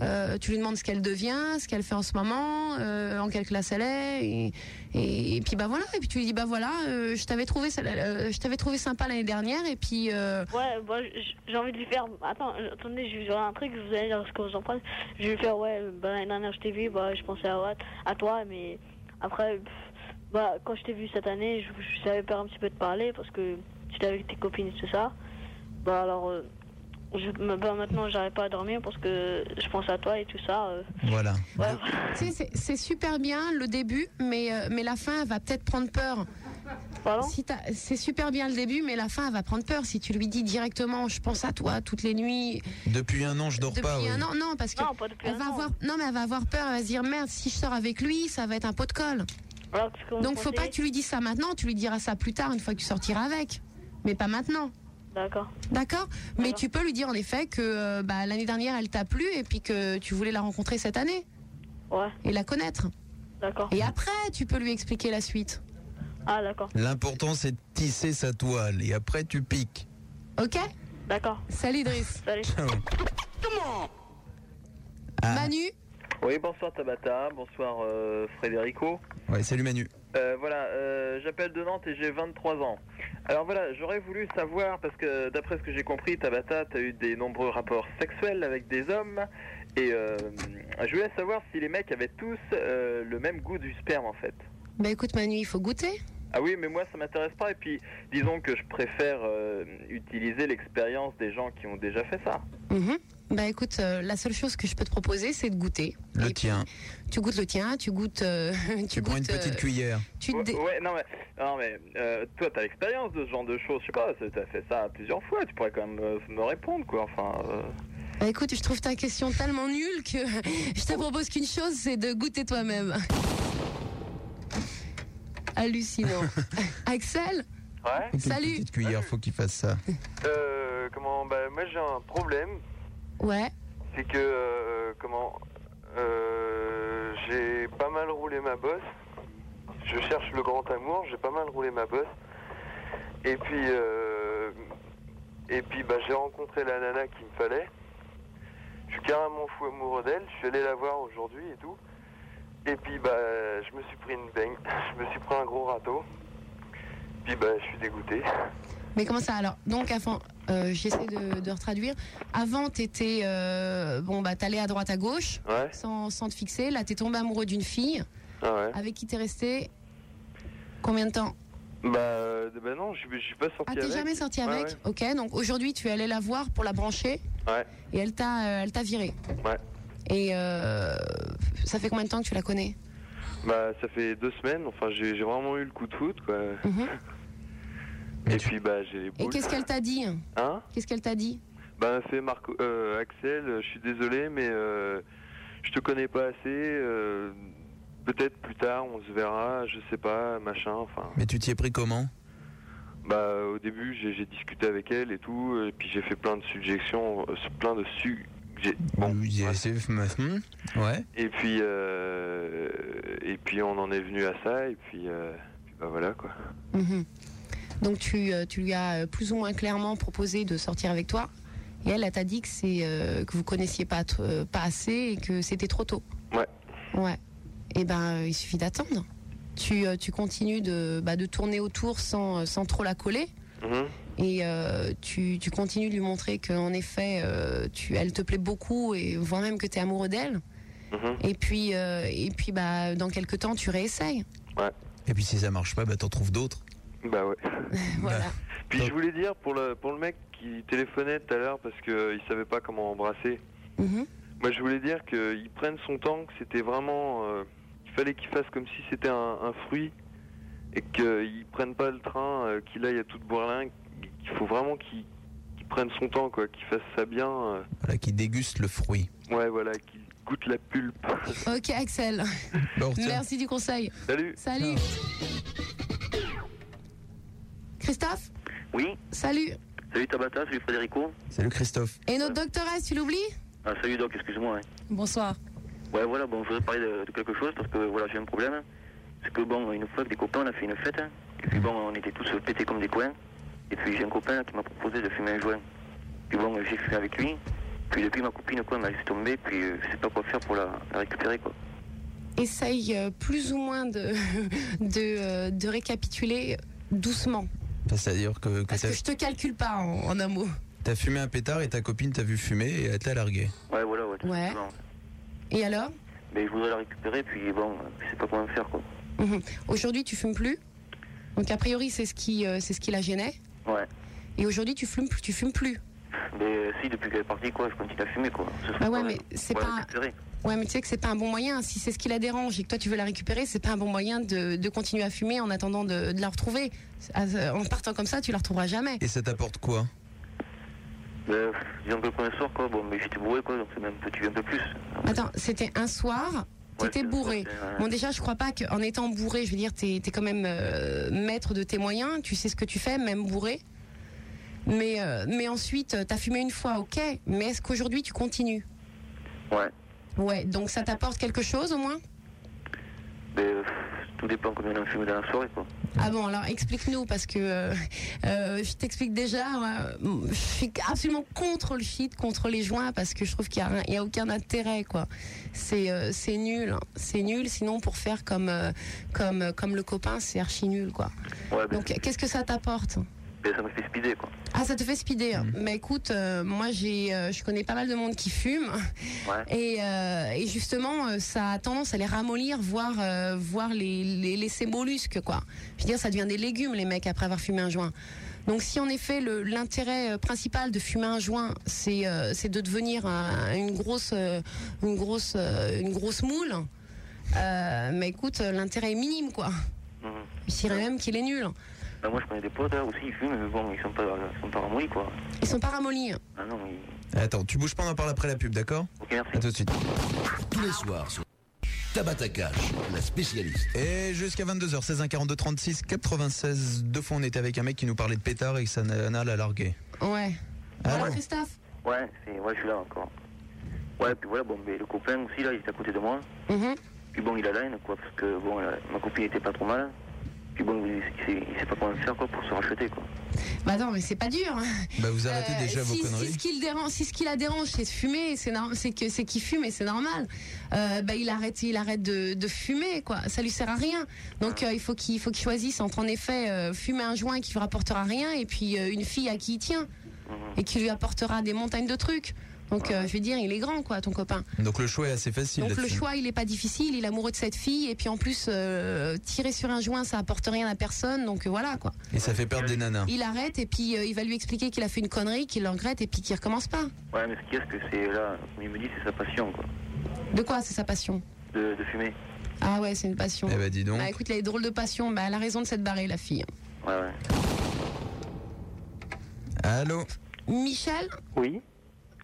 A: euh, tu lui demandes ce qu'elle devient, ce qu'elle fait en ce moment, euh, en quelle classe elle est, et, et- et puis bah voilà. Et puis tu lui dis bah voilà, euh, je t'avais trouvé, ça- euh, je t'avais trouvé sympa l'année dernière, et puis euh,
C: Ouais, bah, j- j'ai envie de lui faire. Attends, euh, attendez, je vais dire un truc, vous allez dire ce que vous en pensez. Je vais lui faire, ouais, bah, l'année dernière, je t'ai vu, bah, je pensais à, ouais, à toi, mais après, pff, bah, quand je t'ai vu cette année, je, je savais pas un petit peu de parler parce que j'étais avec tes copines et tout ça. Bah, alors, euh, je, bah, maintenant, j'arrive pas à dormir parce que je pense à toi et tout ça. euh.
B: Voilà.
C: Ouais.
A: tu sais, c'est- c'est super bien le début, mais euh, mais la fin elle va peut-être prendre peur.
C: Pardon
A: Si t'as- c'est super bien le début, mais la fin elle va prendre peur si tu lui dis directement je pense à toi toutes les nuits.
B: Depuis un an, je dors
A: Depuis
B: pas. oui.
A: un an, non, parce que
C: Non, pas depuis
A: elle
C: un
A: va
C: an.
A: avoir, non mais elle va avoir peur, elle va se dire merde, si je sors avec lui, ça va être un pot de colle.
C: Alors, qu'est-ce que vous
A: Donc faut pas
C: pensez
A: que tu lui dises ça maintenant, tu lui diras ça plus tard, une fois que tu sortiras avec, mais pas maintenant.
C: D'accord.
A: D'accord Mais
C: Voilà.
A: tu peux lui dire en effet que euh, bah, l'année dernière elle t'a plu et puis que tu voulais la rencontrer cette année
C: Ouais,
A: et la connaître.
C: d'accord.
A: Et après, tu peux lui expliquer la suite.
C: Ah, d'accord.
B: L'important, c'est de tisser sa toile. Et après, tu piques.
A: Ok
C: D'accord.
A: Salut Idriss.
C: Salut.
B: Ah.
A: Manu
E: Oui, bonsoir Tabata, bonsoir euh, Frédérico.
B: Ouais, salut Manu.
E: Euh, voilà, euh, j'appelle de Nantes et j'ai 23 ans. Alors voilà, j'aurais voulu savoir, parce que d'après ce que j'ai compris, Tabata, t'as eu des nombreux rapports sexuels avec des hommes. Et euh, je voulais savoir si les mecs avaient tous euh, le même goût du sperme en fait.
A: Bah écoute Manu, il faut goûter.
E: Ah oui, mais moi ça m'intéresse pas. Et puis, disons que je préfère euh, utiliser l'expérience des gens qui ont déjà fait ça.
A: Mhm. Bah écoute, euh, la seule chose que je peux te proposer, c'est de goûter.
B: Le
A: Et
B: tien.
A: puis, tu goûtes le tien, tu goûtes. euh, tu,
B: Tu prends une
A: goûtes, euh,
B: petite cuillère.
A: tu te
E: Ouais,
A: dé-
E: ouais, non mais, non, mais euh, toi t'as l'expérience de ce genre de choses, je sais pas, c'est- t'as fait ça plusieurs fois, tu pourrais quand même euh, me répondre quoi, enfin... euh.
A: Bah, écoute, je trouve ta question tellement nulle que je te propose qu'une chose, c'est de goûter toi-même. Hallucinant. Axel
I: Ouais.
B: Une
A: Salut.
B: petite cuillère, faut qu'il fasse ça.
I: Euh, comment Bah moi j'ai un problème,
A: Ouais.
I: c'est que euh, comment euh, j'ai pas mal roulé ma bosse. Je cherche le grand amour, j'ai pas mal roulé ma bosse. Et puis euh,
J: Et puis bah, j'ai rencontré la nana qu'il me fallait. Je suis carrément fou amoureux d'elle. Je suis allé la voir aujourd'hui et tout. Et puis bah, je me suis pris une beigne. Je me suis pris un gros râteau. Puis bah, je suis dégoûté.
A: Mais comment ça alors Donc avant, euh, j'essaie de, de retraduire. Avant, t'étais euh, bon bah t'allais à droite à gauche
J: Ouais,
A: sans, sans te fixer. Là, t'es tombé amoureux d'une fille
J: ah ouais.
A: avec qui t'es resté combien de temps
J: Bah, euh, bah non, je, je suis pas sorti
A: Ah, t'es
J: avec.
A: jamais sorti
J: Ouais,
A: avec Ok, donc aujourd'hui, tu es allé la voir pour la brancher.
J: Ouais.
A: Et elle t'a, euh, elle t'a viré.
J: Ouais.
A: Et euh, ça fait combien de temps que tu la connais
J: Bah, ça fait deux semaines. Enfin, j'ai j'ai vraiment eu le coup de foot, quoi.
A: Mhm.
J: Et puis bah, j'ai les
A: Et
J: boules.
A: qu'est-ce qu'elle t'a dit
J: Hein
A: Qu'est-ce qu'elle t'a dit
J: Bah, elle fait Marco, euh, Axel, euh, je suis désolé, mais euh, je te connais pas assez. euh, Peut-être plus tard, on se verra, je sais pas, machin. Enfin,
B: Mais tu t'y es pris comment
J: bah, au début, j'ai j'ai discuté avec elle et tout, et puis j'ai fait plein de suggestions, euh, plein de suggestions. Bon,
B: Oui,
J: ouais.
B: c'est- hmm, Ouais.
J: Et puis, euh, et puis, on en est venu à ça, et puis, euh, puis bah voilà quoi.
A: Mhm. Donc tu, euh, tu lui as euh, plus ou moins clairement proposé de sortir avec toi. Et elle, elle t'a dit que c'est euh, que vous connaissiez pas tr- euh, pas assez et que c'était trop tôt.
J: Ouais.
A: Ouais. Et ben euh, il suffit d'attendre. Tu, euh, tu continues de, bah, de tourner autour sans, euh, sans trop la coller
J: Mhm.
A: et euh, tu, tu continues de lui montrer qu'en effet euh, tu, elle te plaît beaucoup et voire même que tu es amoureux d'elle
J: Mhm.
A: et puis, euh, et puis bah, dans quelques temps tu réessayes
B: Et puis si ça marche pas, bah t'en trouves d'autres.
J: Bah ouais.
A: voilà
J: Puis je voulais dire pour le pour le mec qui téléphonait tout à l'heure parce que il savait pas comment embrasser.
A: Mhm.
J: Moi, je voulais dire qu'il prenne son temps, que c'était vraiment. euh, il fallait qu'il fasse comme si c'était un, un fruit et qu'il prenne pas le train, euh, qu'il aille à toute bourlingue. Il faut vraiment qu'il qu'il prenne son temps, quoi, qu'il fasse ça bien. euh,
B: Voilà, qui dégustent le fruit.
J: ouais, voilà, qu'il goûte la pulpe.
A: ok Axel
B: Bon, tiens.
A: merci du conseil
J: Salut!
A: salut Christophe
K: Oui,
A: salut
K: salut Tabata, salut Frédérico.
B: Salut Christophe.
A: et notre doctoresse tu l'oublies
K: Ah, salut Doc, excuse-moi. hein.
A: bonsoir
K: Ouais, voilà, bon, je voudrais parler de, de quelque chose parce que voilà, j'ai un problème. C'est que bon, une fois avec des copains, on a fait une fête. hein. Et puis bon, on était tous pétés comme des coins. Et puis j'ai un copain là, qui m'a proposé de fumer un joint. Puis bon, j'ai fumé avec lui. Puis depuis, ma copine, quoi, elle m'a laissé tomber. Puis euh, je sais pas quoi faire pour la, la récupérer, quoi.
A: essaye euh, plus ou moins de, de, euh, de récapituler doucement
B: Enfin, Bah, C'est-à-dire que, que
A: parce
B: t'as
A: que je te calcule pas en- en un mot
B: t'as fumé un pétard et ta copine t'a vu fumer et elle t'a largué.
K: Ouais, voilà, ouais. tout
A: Ouais.
K: simplement.
A: et alors
K: Mais je voudrais la récupérer, puis bon, euh, je sais pas comment faire, quoi.
A: Mhm. Aujourd'hui, tu fumes plus. Donc a priori, c'est ce qui, euh, c'est ce qui la gênait.
K: Ouais.
A: Et aujourd'hui, tu fumes, plus- tu fumes plus.
K: Mais euh, si, depuis qu'elle est partie, quoi, je continue à fumer, quoi. Ce serait
A: Ah ouais,
K: pas-
A: mais c'est
K: pour la
A: pas.
K: récupérer.
A: Ouais, mais tu sais que c'est pas un bon moyen. Si c'est ce qui la dérange et que toi tu veux la récupérer, c'est pas un bon moyen de, de continuer à fumer en attendant de, de la retrouver. À- En partant comme ça, tu la retrouveras jamais.
B: Et ça t'apporte quoi
K: Ben, disons que le premier soir, quoi, bon, mais j'étais bourré, quoi, donc c'est même petit un peu plus.
A: Attends, c'était un soir.
K: Ouais,
A: T'étais
K: c'est-
A: bourré.
K: c'est- ouais.
A: Bon, déjà, je crois pas qu'en étant bourré, je veux dire, t'es es quand même euh, maître de tes moyens, tu sais ce que tu fais, même bourré. Mais, euh, mais ensuite, euh, t'as fumé une fois, ok, mais est-ce qu'aujourd'hui tu continues
K: Ouais.
A: Ouais, donc ça t'apporte quelque chose au moins
K: Mais, euh, tout dépend combien on fume dans la soirée, quoi.
A: Ah bon, alors explique-nous, parce que euh, euh, je t'explique déjà, moi, je suis absolument contre le shit, contre les joints, parce que je trouve qu'il n'y a, aucun intérêt, quoi. C'est euh, c'est nul, c'est nul, sinon pour faire comme, euh, comme, comme le copain, c'est archi nul, quoi.
K: Ouais, ben,
A: Donc qu'est-ce que ça t'apporte
K: ben, ça me fait speeder, quoi.
A: Ah, ça te fait speeder.
K: Mm.
A: Mais écoute, euh, moi, j'ai, euh, je connais pas mal de monde qui fume.
K: Ouais.
A: Et, euh, et justement, euh, ça a tendance à les ramollir, voire, euh, voire les, les laisser mollusques, quoi. Je veux dire, ça devient des légumes, les mecs, après avoir fumé un joint. Donc, si en effet, le- l'intérêt euh, principal de fumer un joint, c'est euh, c'est de devenir un- une, grosse, euh, une, grosse, euh, une grosse moule, euh, mais écoute, euh, l'intérêt est minime, quoi.
K: Mhm.
A: Je dirais même qu'il est nul.
K: Ben, moi, je connais des potes, là, aussi, ils fument, mais bon, ils sont pas, ils sont pas ramollis, quoi.
A: Ils sont pas ramollis.
K: Ah non, ils...
B: Attends, tu bouges pas, on en parle après la pub, d'accord
K: Ok, merci.
B: À tout de suite.
D: Tous les soirs sur Tabata Cash, la spécialiste.
B: Et jusqu'à 22h, 16 1 42 36 96. Deux fois, on était avec un mec qui nous parlait de pétard et que sa nana l'a largué.
A: Ouais.
B: Ah
A: Alors,
B: bon
A: Christophe
K: Ouais, c'est... ouais, je suis là encore. Ouais, puis voilà, bon, mais le copain aussi, là, il était à côté de moi.
A: Mhm.
K: euh, Puis bon, il a la haine, quoi, parce que bon, la- ma copine était pas trop mal. Puis bon, il sait- il sait pas comment faire quoi, pour se racheter. Quoi.
A: Bah attends, mais c'est pas dur.
B: Bah, vous arrêtez
A: Euh,
B: déjà vos
A: si,
B: conneries.
A: Si ce, qui le dérange, si ce qui la dérange, c'est de fumer, c'est norm- c'est que c'est qu'il fume et c'est normal. Euh, bah, il arrête, il arrête de, de fumer, quoi. Ça lui sert à rien. Donc
B: Ah.
A: euh, il faut qu'il faut qu'il choisisse entre en effet euh, fumer un joint qui lui rapportera rien et puis euh, une fille à qui il tient
B: Mhm.
A: et qui lui apportera des montagnes de trucs. Donc euh, je veux dire, il est grand, quoi, ton copain.
B: Donc le choix est assez facile.
A: Donc le
B: là-dessus.
A: choix, il est pas difficile. Il est amoureux de cette fille et puis en plus euh, tirer sur un joint, ça apporte rien à personne. Donc euh, voilà, quoi.
B: Et ça fait perdre des nanas.
A: Il arrête et puis euh, il va lui expliquer qu'il a fait une connerie, qu'il le regrette et puis qu'il recommence pas.
K: Ouais, mais ce qu'il y a, c'est que c'est là, comme il me dit, c'est sa passion quoi,
A: De quoi c'est sa passion
K: de, de fumer.
A: Ah ouais, c'est une passion.
B: Eh bah dis donc.
A: Bah écoute, elle a des drôles de passion. Bah elle a raison de s'être barrée, la fille.
K: Ouais, ouais.
B: Allô
A: Michel
L: Ah Oui,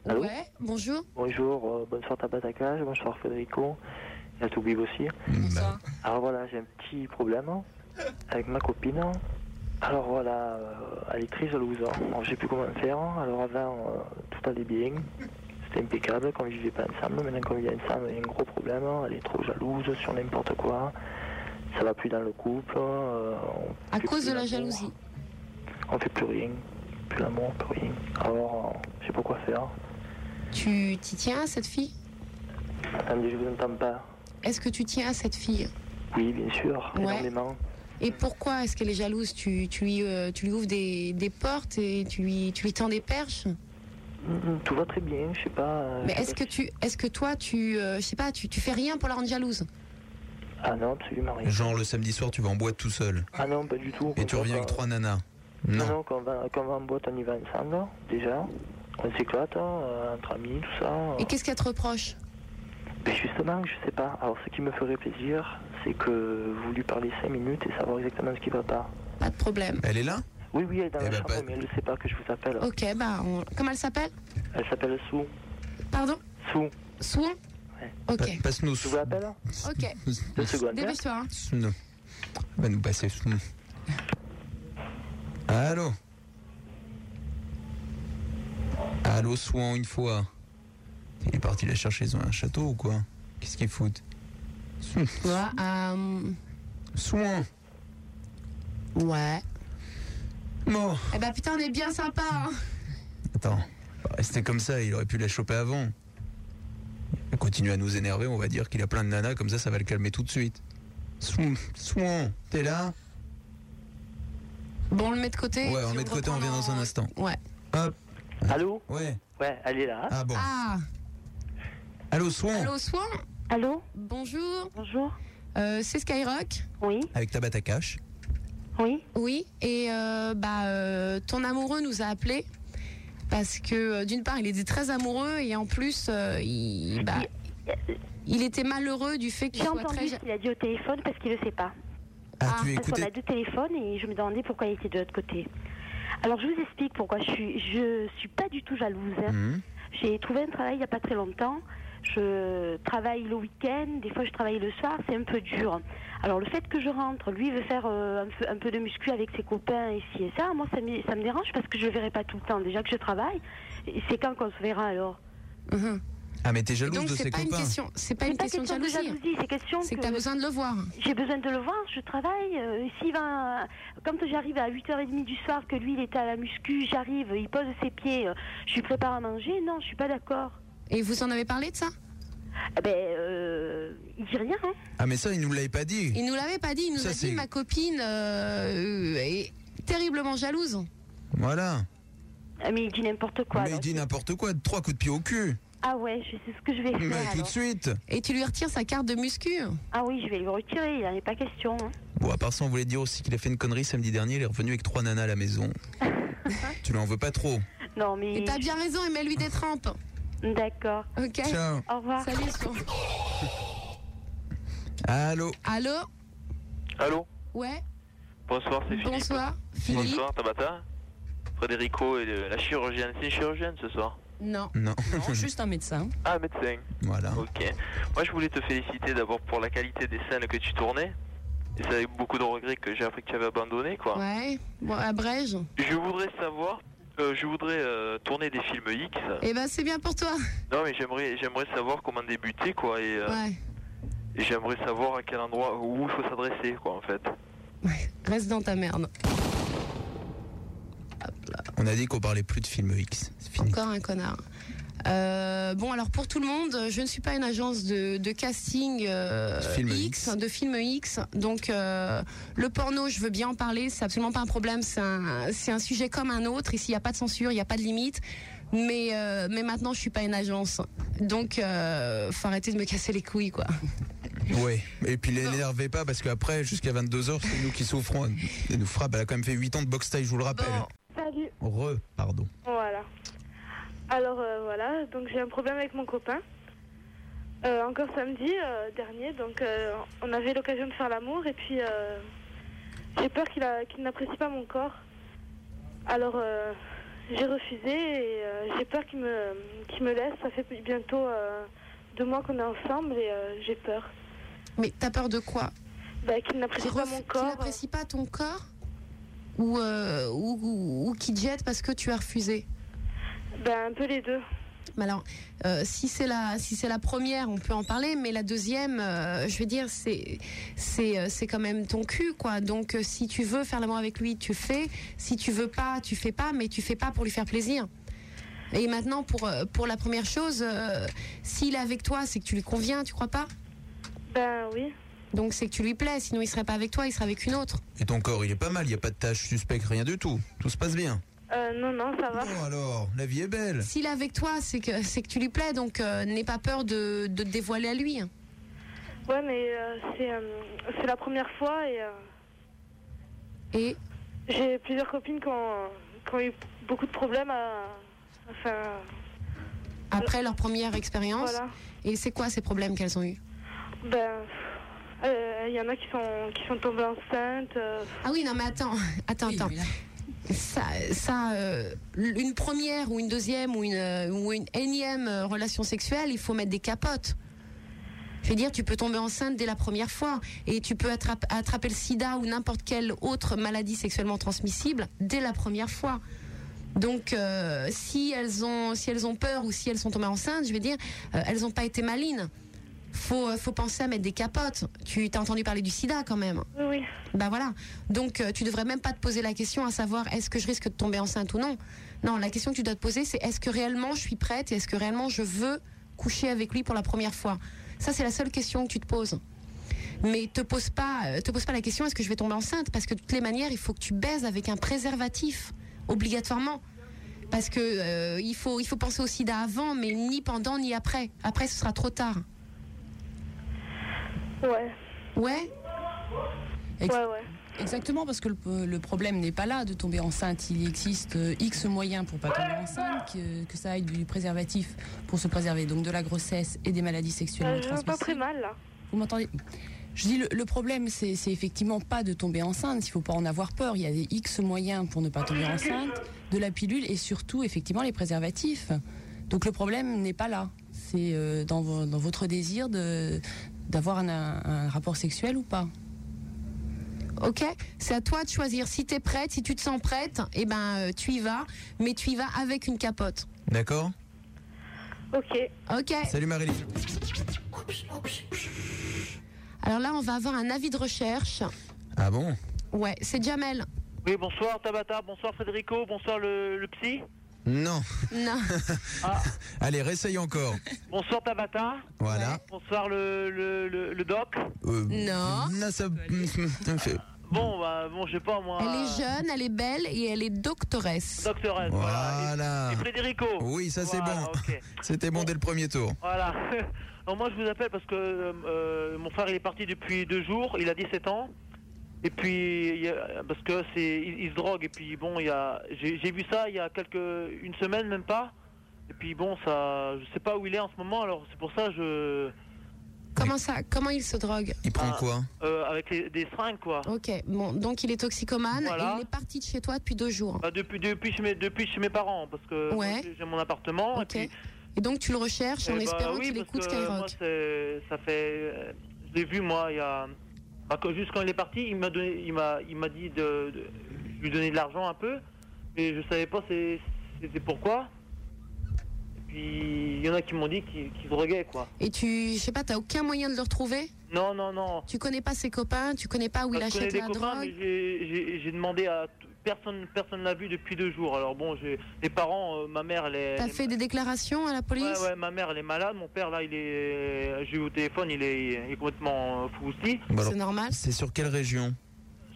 L: Allô
A: Ouais, bonjour.
L: bonjour, euh, bonsoir Tabatacage, bonsoir Federico, et à Toubib aussi.
A: Bonsoir.
L: Alors voilà, j'ai un petit problème avec ma copine. Alors voilà, euh, elle est très jalouse. Alors, je sais plus comment faire. Alors avant, euh, tout allait bien. C'était impeccable quand on vivait pas ensemble. Maintenant qu'on vit ensemble, il y a un gros problème. Elle est trop jalouse sur n'importe quoi. Ça va plus dans le couple. euh, on
A: À
L: fait
A: cause
L: plus
A: de la
L: l'amour.
A: jalousie.
L: On fait plus rien. Plus l'amour, plus rien. Alors, euh, je sais pas quoi faire.
A: Tu t'y tiens à cette fille
L: Attendez, je vous entends pas.
A: Est-ce que tu tiens à cette fille
L: Oui, bien sûr,
A: Ouais.
L: énormément.
A: Et pourquoi est-ce qu'elle est jalouse tu, tu, lui, euh, tu lui ouvres des, des portes et tu lui, tu lui tends des perches
L: Mm, mm, Tout va très bien, je sais pas. euh,
A: Mais
L: je sais
A: est-ce
L: pas
A: que tu, est-ce que toi tu, euh, je sais pas, tu, tu fais rien pour la rendre jalouse
L: si- Ah non, absolument rien.
B: Genre le samedi soir, tu vas en boîte tout seul.
L: Ah non, pas du tout.
B: Et tu
L: Quand-
B: reviens avec
L: quand-
B: trois nanas.
L: Non,
B: Non.
L: non, quand on, va, quand on va en boîte, on y va ensemble, déjà. On s'éclate, hein, euh, entre amis, tout ça.
A: Et qu'est-ce qu'elle te reproche
L: Mais justement, je sais pas. Alors, ce qui me ferait plaisir, c'est que vous lui parlez 5 minutes et savoir exactement ce qui va pas.
A: Pas de problème.
B: Elle est là
L: Oui, oui, elle est dans
B: Eh
L: la
B: ben,
L: chambre,
B: pas-
L: mais elle ne sait pas que je vous appelle.
A: Ok, bah, on- comment elle s'appelle
L: Elle s'appelle Sou.
A: Pardon
L: Sou,
A: Swan
B: Pa-
A: Ok,
B: Passe-nous.
L: je vous
M: hein
L: appelle
A: ok.
L: Deux secondes.
A: Dépêche-toi. hein.
B: Non. Va nous passer. Non. Allô Allô, Soin, une fois. Il est parti la chercher dans un château ou quoi Qu'est-ce qu'il fout
A: Ouais, euh,
B: Soin
A: ouais.
B: Mort
A: Eh bah putain, on est bien sympa. hein.
B: Attends, rester Bah, comme ça, il aurait pu la choper avant. Il continue à nous énerver, on va dire qu'il a plein de nanas, comme ça, ça va le calmer tout de suite. Soin, Soin, t'es là
A: Bon, on le met de côté.
B: Ouais,
A: et
B: on
A: puis
B: met de côté,
A: reprend
B: on vient dans un instant.
A: Ouais.
B: Hop,
L: Allô
B: ouais.
L: Ouais, elle est là.
B: Ah bon.
A: Ah,
B: Allô, Soin
A: allô, Swan
M: Allô
A: Bonjour.
M: Bonjour
A: Euh, c'est Skyrock.
M: Oui
B: Avec ta bata cash.
M: Oui
A: Oui, et euh, bah, euh, ton amoureux nous a appelés. Parce que euh, d'une part, il était très amoureux et en plus, euh, il, bah, il était malheureux du fait qu'il
M: J'ai
A: soit très.
M: entendu ce
A: ja-
M: qu'il a dit au téléphone parce qu'il le sait pas.
B: Ah,
A: Ah,
B: tu
M: Parce qu'on a
B: écoutais
M: deux téléphones et je me demandais pourquoi il était de l'autre côté. Alors je vous explique pourquoi je suis, je suis pas du tout jalouse. hein.
B: Mhm.
M: J'ai trouvé un travail il n'y a pas très longtemps. Je travaille le week-end, des fois je travaille le soir, c'est un peu dur. Alors le fait que je rentre, lui il veut faire euh, un, peu, un peu de muscu avec ses copains et ci et ça, moi ça me, ça me dérange parce que je le verrai pas tout le temps. Déjà que je travaille, et c'est quand qu'on se verra alors
A: Mhm.
B: Ah, mais t'es
A: Et
B: jalouse
A: donc
B: de
A: c'est
B: ses
A: pas une
B: copains.
A: question, c'est pas
M: C'est
A: une question de jalousie.
M: c'est question
A: C'est que t'as besoin de le voir.
M: J'ai besoin de le voir, je travaille. euh, S'il va, quand j'arrive à 8h30 du soir, que lui il est à la muscu, j'arrive, il pose ses pieds, euh, je lui prépare à manger, non, je suis pas d'accord.
A: Et vous en avez parlé de ça
M: Eh ben, euh, il dit rien, hein.
B: Ah, mais ça, il nous l'avait pas dit.
A: Il nous l'avait pas dit, il nous
B: Ça,
A: a
B: c'est-
A: dit ma copine euh, euh, est terriblement jalouse.
B: Voilà.
M: Ah, Mais il dit n'importe quoi.
B: mais il
M: alors.
B: dit n'importe quoi, trois coups de pied au cul.
M: Ah ouais, je sais ce que je vais
B: Mais
M: faire.
B: tout
M: alors.
B: de suite.
A: Et tu lui retires sa carte de muscu.
M: Ah oui, je vais le retirer, il n'en est pas question. hein.
B: Bon, à part ça, on voulait dire aussi qu'il a fait une connerie samedi dernier, il est revenu avec trois nanas à la maison. tu l'en veux pas trop.
M: Non, mais.
A: Et t'as bien raison, et mets-lui des trempes.
M: D'accord.
A: Ok
B: Ciao.
M: Au revoir.
A: Salut, Swan.
B: Allô
A: Allô
N: Allô
A: Ouais,
N: Bonsoir, c'est Philippe.
A: bonsoir. Philippe
N: Bonsoir, Tabata. Frédérico est le- la chirurgienne. C'est une chirurgienne ce soir
A: Non.
B: Non.
O: juste un médecin.
N: Ah, médecin.
B: Voilà.
N: Ok. Moi, je voulais te féliciter d'abord pour la qualité des scènes que tu tournais. Et c'est avec beaucoup de regrets que j'ai appris que tu avais abandonné, quoi.
A: Ouais, bon, abrège.
N: Je voudrais savoir. euh, je voudrais euh, tourner des films X.
A: Eh ben, c'est bien pour toi.
N: Non, mais j'aimerais, j'aimerais savoir comment débuter, quoi. Et, euh,
A: Ouais.
N: et j'aimerais savoir à quel endroit, où il faut s'adresser, quoi, en fait.
A: Reste dans ta merde.
B: On a dit qu'on parlait plus de film X. C'est fini.
A: Encore un connard. Euh, bon, alors pour tout le monde, je ne suis pas une agence de, de casting euh,
B: Film
A: X, de film X. Donc euh, le porno, je veux bien en parler, c'est absolument pas un problème. C'est un, c'est un sujet comme un autre. Ici, il n'y a pas de censure, il n'y a pas de limite. Mais, euh, mais maintenant, je suis pas une agence. Donc, euh, faut arrêter de me casser les couilles, quoi.
B: Ouais. Et puis l'énervez pas parce qu'après, jusqu'à 22h, c'est nous qui souffrons. Elle nous frappe. Elle a quand même fait 8 ans de boxe taille, je vous le rappelle.
C: Salut.
B: Re, pardon.
C: Voilà. Alors euh, voilà, donc j'ai un problème avec mon copain. Euh, encore samedi euh, dernier, donc euh, on avait l'occasion de faire l'amour et puis euh, j'ai peur qu'il a- qu'il n'apprécie pas mon corps. Alors euh, j'ai refusé et euh, j'ai peur qu'il me, qu'il me laisse. Ça fait bientôt euh, deux mois qu'on est ensemble et euh, j'ai peur
A: Mais t'as peur de quoi
C: bah, qu'il n'apprécie
A: Qu'il
C: pas
A: ref-
C: mon
A: qu'il
C: corps.
A: n'apprécie pas ton corps ou, euh, ou, ou, ou qu'il te jette parce que tu as refusé
C: Ben, un peu les deux.
A: Mais alors, euh, si c'est la, si c'est la première, on peut en parler, mais la deuxième, euh, je veux dire, c'est, c'est, euh, c'est quand même ton cul, quoi. Donc, euh, si tu veux faire l'amour avec lui, tu fais. Si tu veux pas, tu fais pas, mais tu fais pas pour lui faire plaisir. Et maintenant, pour, euh, pour la première chose, euh, s'il est avec toi, c'est que tu lui conviens, tu crois pas
C: Ben oui.
A: Donc, c'est que tu lui plais, sinon il serait pas avec toi, il serait avec une autre.
B: Et ton corps, il est pas mal. Il n'y a pas de tâches suspectes, rien du tout. Tout se passe bien.
C: Euh, non, non, ça va.
B: Bon alors, la vie est belle.
A: S'il est avec toi, c'est que, c'est que tu lui plais, donc euh, n'aie pas peur de, de te dévoiler à lui.
C: Ouais, mais euh, c'est euh, c'est la première fois et. euh,
A: Et
C: J'ai plusieurs copines qui ont, qui ont eu beaucoup de problèmes à. Enfin,
A: après leur première expérience,
C: voilà.
A: et c'est quoi ces problèmes qu'elles ont eus
C: Ben. euh, Il y en a qui sont, qui sont tombées enceintes. euh,
A: Ah oui, non, mais attends, attends, attends. Ça, ça euh, une première ou une deuxième ou une, euh, ou une énième euh, relation sexuelle, il faut mettre des capotes. Je veux dire, tu peux tomber enceinte dès la première fois et tu peux attrape- attraper le sida ou n'importe quelle autre maladie sexuellement transmissible dès la première fois. Donc, euh, si, elles ont, si elles ont peur ou si elles sont tombées enceintes, je veux dire, euh, elles n'ont pas été malines. Faut, euh, faut penser à mettre des capotes. Tu t'as entendu parler du sida quand même.
C: Oui, oui.
A: Bah voilà. Donc euh, tu devrais même pas te poser la question à savoir est-ce que je risque de tomber enceinte ou non. Non, la question que tu dois te poser c'est est-ce que réellement je suis prête et est-ce que réellement je veux coucher avec lui pour la première fois. Ça c'est la seule question que tu te poses. Mais te pose pas euh, te pose pas la question est-ce que je vais tomber enceinte parce que de toutes les manières, il faut que tu baises avec un préservatif obligatoirement. Parce que euh, il faut il faut penser au sida avant mais ni pendant ni après. Après ce sera trop tard.
C: Ouais,
A: Ouais.
C: ouais, ouais.
P: Exactement, parce que le, le problème n'est pas là de tomber enceinte. Il existe euh, X moyens pour pas tomber enceinte, que, que ça aille du préservatif pour se préserver, donc de la grossesse et des maladies sexuellement
C: Euh, je me pas très
P: transmissibles.
C: mal là.
P: Vous m'entendez je dis, le, le problème, c'est c'est effectivement pas de tomber enceinte, il faut pas en avoir peur. Il y a des X moyens pour ne pas tomber enceinte, de la pilule et surtout, effectivement, les préservatifs. Donc le problème n'est pas là. C'est euh, dans, vo- dans votre désir de- d'avoir un- un- un rapport sexuel ou pas.
A: Ok C'est à toi de choisir. Si t'es prête, si tu te sens prête, eh ben euh, tu y vas, mais tu y vas avec une capote.
B: D'accord
C: Ok.
A: Ok
B: Salut Marie-Lise.
A: Alors là, on va avoir un avis de recherche.
B: Ah bon
A: Ouais, c'est Jamel.
Q: Oui, bonsoir Tabata, bonsoir Federico, bonsoir le, le psy, Ah,
B: Non.
A: Non.
B: Allez, réessaye encore.
Q: bonsoir Tabata,
B: Voilà.
Q: bonsoir le, le, le, le doc.
B: Euh,
A: Non.
B: ça- fait-
Q: Bon, bah, bon, je sais pas moi.
A: Elle est jeune, elle est belle et elle est doctoresse.
Q: Doctoresse, voilà.
B: Voilà.
Q: Et, et Federico.
B: Oui, ça c'est
Q: Voilà,
B: bon.
Q: ok.
B: C'était bon dès le premier tour.
Q: Voilà. Alors moi je vous appelle parce que euh, euh, mon frère il est parti depuis deux jours, il a 17 ans. Et puis il y a- parce que c'est il, il se drogue et puis bon il y a j'ai j'ai vu ça il y a quelques une semaine même pas. Et puis bon ça je sais pas où il est en ce moment alors c'est pour ça je
A: Comment ça Comment il se drogue Ah.
B: Il prend
Q: Ah.
B: quoi
Q: euh, avec les- des seringues quoi.
A: Ok, bon, donc il est toxicomane
Q: Voilà.
A: et il est parti de chez toi depuis deux jours.
Q: Bah, depuis depuis chez mes depuis chez mes parents parce que
A: Ouais.
Q: moi, j'ai- j'ai mon appartement
A: Ok.
Q: et puis
A: Et donc tu le recherches en
Q: Eh bah
A: espérant
Q: oui,
A: qu'il
Q: parce
A: écoute
Q: que moi,
A: Skyrock.
Q: c'est- ça fait. euh, Je l'ai vu, moi, il y a. bah, quand- juste quand il est parti, il m'a donné, il m'a, il m'a dit de, de- je lui donner de l'argent un peu, mais je savais pas c'est- c'était pourquoi. Et puis il y en a qui m'ont dit qu'il qu'il se droguait, quoi.
A: Et tu, je sais pas, t'as aucun moyen de le retrouver
Q: Non, non, non.
A: Tu connais pas ses copains, tu connais pas où il
Q: Parce qu'on est
A: achète
Q: des
A: la
Q: copains,
A: drogue.
Q: mais j'ai- j'ai j'ai demandé à t- personne, personne l'a vu depuis deux jours. Alors bon, j'ai les parents, euh, ma mère, elle est-
A: T'as
Q: elle est-
A: fait des déclarations à la police
Q: Ouais, ouais, ma mère, elle est malade. Mon père, là, il est. J'ai eu au téléphone, il est, il est complètement euh, fou aussi.
B: C'est
A: normal.
B: C'est sur quelle région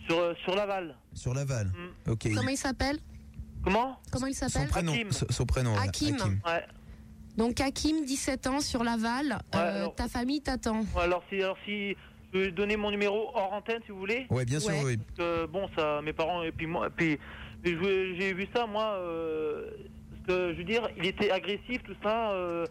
Q: Sur, euh, sur Laval.
B: Sur Laval. Ok.
A: Comment il s'appelle
Q: Comment
A: Comment il
B: Son
A: s'appelle
B: prénom. Son son prénom. ouais,
A: Hakim. Donc Hakim, 17 ans, sur Laval. Euh, ta famille t'attend.
Q: Ouais, Alors si, alors si, je vais donner mon numéro hors antenne si vous voulez.
B: Ouais, bien sûr, Ouais. oui.
Q: Parce que, bon, ça, mes parents et puis moi, et puis mais je- j'ai vu ça moi. euh, parce que, je veux dire, il était agressif, tout ça. euh,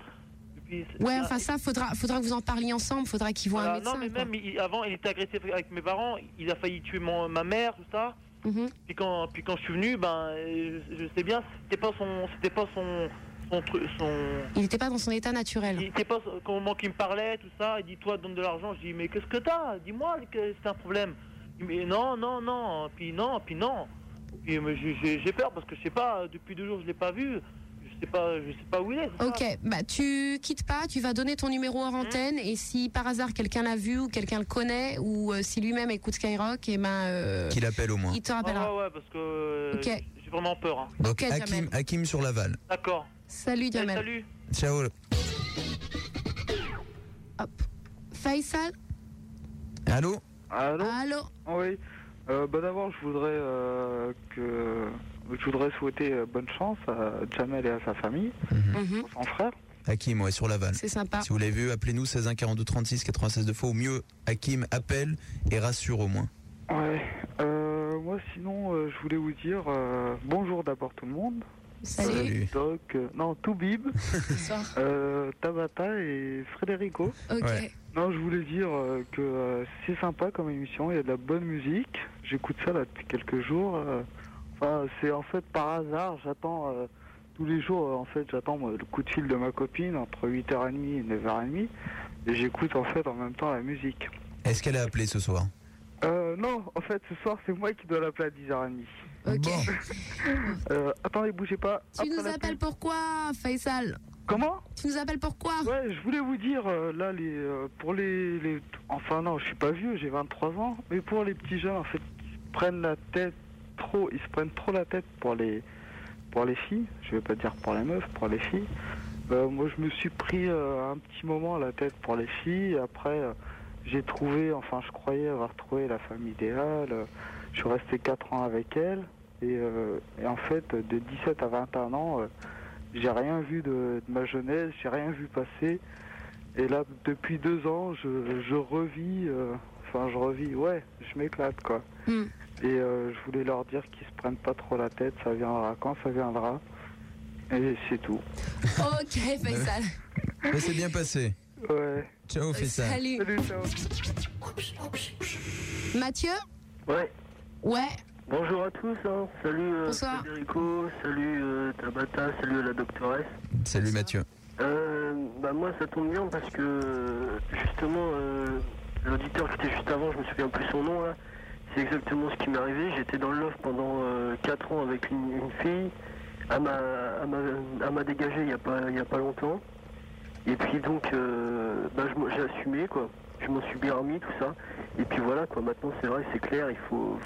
Q: et puis-
A: Ouais, enfin ça, faudra, faudra que vous en parliez ensemble, faudra qu'il voit
Q: Voilà,
A: un médecin.
Q: non, mais
A: quoi.
Q: même il- avant, il était agressif avec mes parents. Il a failli tuer mon, ma mère, tout ça.
A: Mhm.
Q: Puis quand, puis quand je suis venu, ben, euh, je, je sais bien, c'était pas son, c'était pas son, son truc, son.
A: Il n'était pas dans son état naturel.
Q: Il était pas au moment qu'il me parlait, tout ça, il dit toi donne de l'argent, je dis mais qu'est-ce que t'as Dis-moi que c'est un problème. Il dit, mais non, non, non, puis non, puis non. Puis mais j'ai- j'ai j'ai peur parce que je sais pas, depuis deux jours je l'ai pas vu, je sais pas, je sais pas où il est. c'est ça.
A: Ok, bah tu quittes pas, tu vas donner ton numéro hors antenne et si par hasard quelqu'un l'a vu ou quelqu'un le connaît ou euh, si lui-même écoute Skyrock, et ben euh,
B: Qu'il appelle au moins.
A: il te rappellera.
Q: Ouais, ouais, parce que euh,
A: Ok.
Q: j'ai- j'ai vraiment peur. hein.
B: Donc
A: Ok,
B: Hakim, Hakim sur Laval.
Q: D'accord.
A: Salut Jamel.
Q: Salut.
B: Ciao.
A: Faisal,
B: Allô
I: Allô
A: Allô
I: Oui. Euh, bah d'abord, je voudrais euh, que je voudrais souhaiter euh, bonne chance à Jamel et à sa famille,
A: Mhm.
I: son frère.
B: Hakim, ouais, sur Laval.
A: C'est sympa.
B: Si vous l'avez vu, appelez-nous 16 1 42 36 96 deux fois. Au mieux, Hakim appelle et rassure au moins.
I: Ouais. Euh, moi, sinon, euh, je voulais vous dire euh, bonjour d'abord tout le monde.
A: Salut.
I: Doc, euh, non, Toubib, euh, Tabata et Frédérico.
A: Ok.
I: Non, je voulais dire euh, que euh, c'est sympa comme émission, il y a de la bonne musique. J'écoute ça là depuis quelques jours. euh. Enfin, c'est en fait par hasard, j'attends euh, tous les jours, euh, en fait, j'attends moi, le coup de fil de ma copine entre 8h30 et 9h30. Et j'écoute en fait en même temps la musique.
B: Est-ce qu'elle a appelé ce soir
I: Euh, non, en fait, ce soir, c'est moi qui dois l'appeler à 10h30.
A: Ok.
I: Euh, attendez, bougez pas.
A: tu nous appelles pourquoi, Faisal
I: Comment
A: Tu nous appelles pourquoi
I: Ouais, je voulais vous dire, euh, là, les, euh, pour les, les- Enfin, non, je suis pas vieux, j'ai 23 ans. Mais pour les petits jeunes, en fait, qui se prennent la tête trop. Ils se prennent trop la tête pour les, pour les filles. Je vais pas dire pour les meufs, pour les filles. Euh, moi, je me suis pris euh, un petit moment la tête pour les filles. Après, euh, j'ai trouvé, enfin, je croyais avoir trouvé la femme idéale. Euh, Je suis resté 4 ans avec elle. Et, euh, et en fait, de 17 à 21 ans. euh, j'ai rien vu de, de ma jeunesse, j'ai rien vu passer. Et là, depuis deux ans, je, je revis, euh, enfin, je revis, ouais, je m'éclate, quoi. Et euh, je voulais leur dire qu'ils se prennent pas trop la tête, ça viendra quand ça viendra. Et c'est tout.
A: Ok, Faisal. Euh,
B: Mais c'est bien passé.
I: Ouais.
B: Ciao, fais ça.
A: Salut. Mathieu
H: Ouais.
A: Ouais.
H: Bonjour à tous, hein. salut euh,
A: Bonsoir.
H: Federico, salut euh, Tabata, salut la doctoresse.
B: Salut Mathieu.
H: Euh, bah moi ça tombe bien parce que euh, justement euh, l'auditeur qui était juste avant, je me souviens plus son nom là, c'est exactement ce qui m'est arrivé. J'étais dans le love pendant 4 ans avec une, une fille, à m'a à m'a- à m'a dégagé il n'y a, pas- il y a pas longtemps. Et puis donc euh, bah, je m'en- j'ai assumé quoi, je m'en suis bien remis tout ça. Et puis voilà quoi, maintenant c'est vrai, c'est clair, il faut...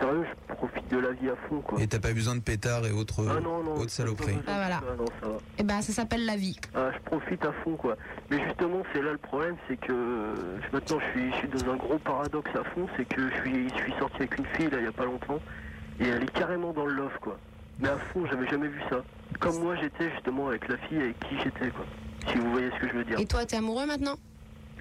H: Sérieux, je profite de la vie à fond quoi.
B: Et t'as pas besoin de pétards et autres,
H: Ah non, non,
B: autres saloperies.
A: Ah voilà.
H: Ah, non, ça va.
A: Eh ben ça s'appelle la vie.
H: Ah, je profite à fond quoi. Mais justement, c'est là le problème, c'est que euh, maintenant je suis, je suis dans un gros paradoxe à fond, c'est que je suis, je suis sorti avec une fille là il y a pas longtemps et elle est carrément dans le love quoi. Mais à fond, j'avais jamais vu ça. Comme moi j'étais justement avec la fille avec qui j'étais quoi. Si vous voyez ce que je veux dire.
A: Et toi, t'es amoureux maintenant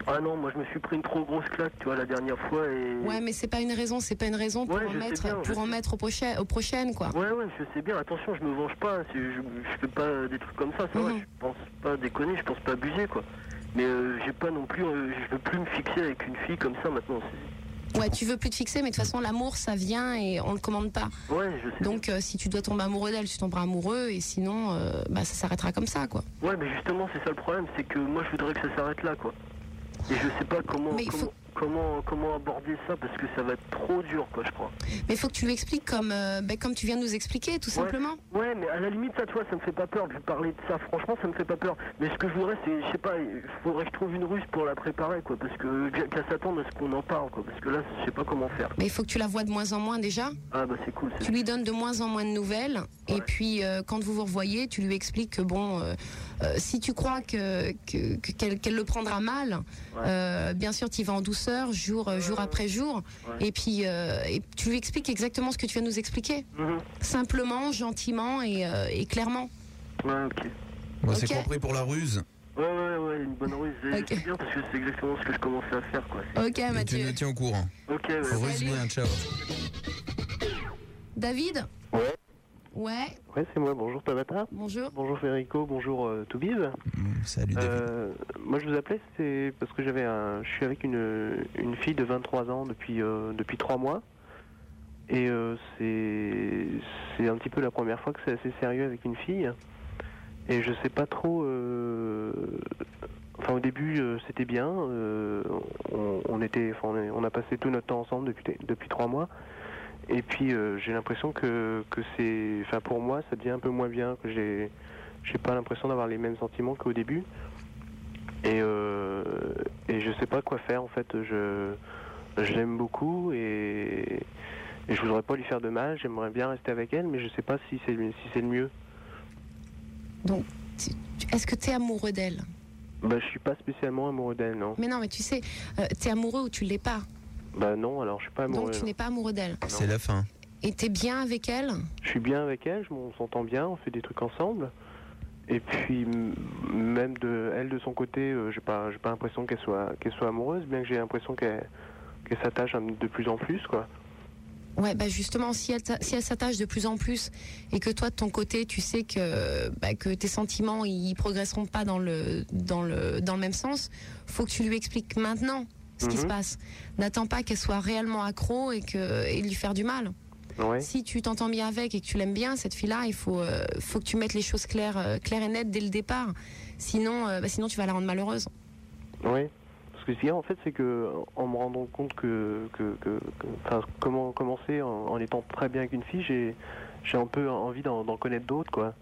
H: Ah non, moi je me suis pris une trop grosse claque, tu vois, la dernière fois et.
A: Ouais, mais c'est pas une raison, c'est pas une raison pour en
H: je sais
A: mettre,
H: bien,
A: pour
H: je
A: en mettre au prochain, au prochaine, quoi.
H: Ouais, ouais, je sais bien. Attention, je me venge pas. hein. c'est- Je, je fais pas des trucs comme ça. Ça va,
A: Mhm.
H: je pense pas déconner, je pense pas abuser, quoi. Mais euh, j'ai pas non plus. euh, je veux plus me fixer avec une fille comme ça maintenant. c'est-
A: Ouais, tu veux plus te fixer, mais de toute façon, l'amour, ça vient et on le commande pas.
H: Ouais, je sais.
A: Donc, euh, si tu dois tomber amoureux d'elle, tu tomberas amoureux, et sinon, euh, bah, ça s'arrêtera comme ça, quoi.
H: Ouais, mais justement, c'est ça le problème. C'est que moi, je voudrais que ça s'arrête là, quoi. Et je sais pas comment.
A: Mais il
H: comment-
A: faut,
R: comment, comment aborder ça Parce que ça va être trop dur, quoi, je crois.
A: Mais il faut que tu lui expliques comme, euh, ben, comme tu viens de nous expliquer, tout
R: Ouais.
A: simplement.
R: Ouais, mais à la limite, ça, tu vois, ça me fait pas peur de lui parler de ça. Franchement, ça me fait pas peur. Mais ce que je voudrais, c'est, je sais pas, il faudrait que je trouve une ruse pour la préparer, quoi. Parce que qu'à qu'à s'attendre à ce qu'on en parle, quoi. Parce que là, je sais pas comment faire.
A: Mais il faut que tu la vois de moins en moins déjà.
R: Ah, bah, c'est cool. c'est-
A: Tu lui donnes de moins en moins de nouvelles. Et puis, euh, quand vous vous revoyez, tu lui expliques que, bon, euh, euh, si tu crois que, que- que- qu'elle, qu'elle le prendra mal, euh, bien sûr, tu y vas en douceur, jour, euh, jour après jour.
R: Ouais.
A: Et puis, euh, et tu lui expliques exactement ce que tu viens de nous expliquer.
R: Mhm.
A: Simplement, gentiment et, euh, et clairement.
R: Ouais, ok.
B: Bon, Bah, c'est
A: Ok.
B: compris pour la ruse.
R: Ouais, ouais, ouais, une bonne ruse. C'est c'est bien parce que c'est exactement ce que je commençais à faire, quoi.
A: Ok,
B: Et
A: Mathieu.
B: tu nous tiens au courant.
R: Ok, ouais.
B: Ruse bien, ciao.
A: David
R: Ouais.
A: Ouais,
R: Ouais, c'est moi. Bonjour Tabata.
A: Bonjour.
R: Bonjour Federico. Bonjour euh, Toubib.
B: salut
R: moi, je vous appelais, c'est parce que j'avais un... je suis avec une, une fille de 23 ans depuis, euh, depuis 3 mois. Et euh, c'est c'est un petit peu la première fois que c'est assez sérieux avec une fille. Et je sais pas trop. euh, Enfin, au début, euh, c'était bien. euh, on, on était, enfin, on est- on a passé tout notre temps ensemble depuis depuis trois mois. Et puis, euh, j'ai l'impression que, que c'est, enfin, pour moi, ça devient un peu moins bien. Que j'ai, j'ai pas l'impression d'avoir les mêmes sentiments qu'au début. Et euh, et je sais pas quoi faire. En fait, je je l'aime beaucoup et, et je voudrais pas lui faire de mal. J'aimerais bien rester avec elle, mais je sais pas si c'est le- si c'est le mieux.
A: Donc, tu- tu- est-ce que tu es amoureux d'elle
R: Bah, je suis pas spécialement amoureux d'elle, non.
A: Mais non, mais tu sais, tu es amoureux ou tu l'es pas.
R: Bah non, alors je suis pas amoureux.
A: Donc, tu
R: non.
A: n'es pas amoureux d'elle.
B: C'est la fin.
A: Et tu es bien avec elle
R: Je suis bien avec elle, je m'en- on s'entend bien, on fait des trucs ensemble. Et puis m- même de elle de son côté, euh, j'ai pas j'ai pas l'impression qu'elle soit qu'elle soit amoureuse, bien que j'ai l'impression qu'elle qu'elle s'attache un- de plus en plus quoi.
A: Ouais, bah justement, si elle, t'a- si elle s'attache de plus en plus et que toi, de ton côté, tu sais que, bah, que tes sentiments, ils progresseront pas dans le, dans, le, dans le même sens, faut que tu lui expliques maintenant ce qui
R: Mhm.
A: se passe. N'attends pas qu'elle soit réellement accro et, que, et lui faire du mal.
R: Ouais.
A: Si tu t'entends bien avec et que tu l'aimes bien, cette fille-là, il faut, euh, faut que tu mettes les choses claires, euh, claires et nettes dès le départ. Sinon, euh, bah, sinon, tu vas la rendre malheureuse. Bah,
R: Oui. Parce que ce qu'il y a en fait, c'est que en me rendant compte que, que, que- que- enfin, comment commencer en, en étant très bien avec une fille, j'ai j'ai un peu envie d'en d'en connaître d'autres quoi.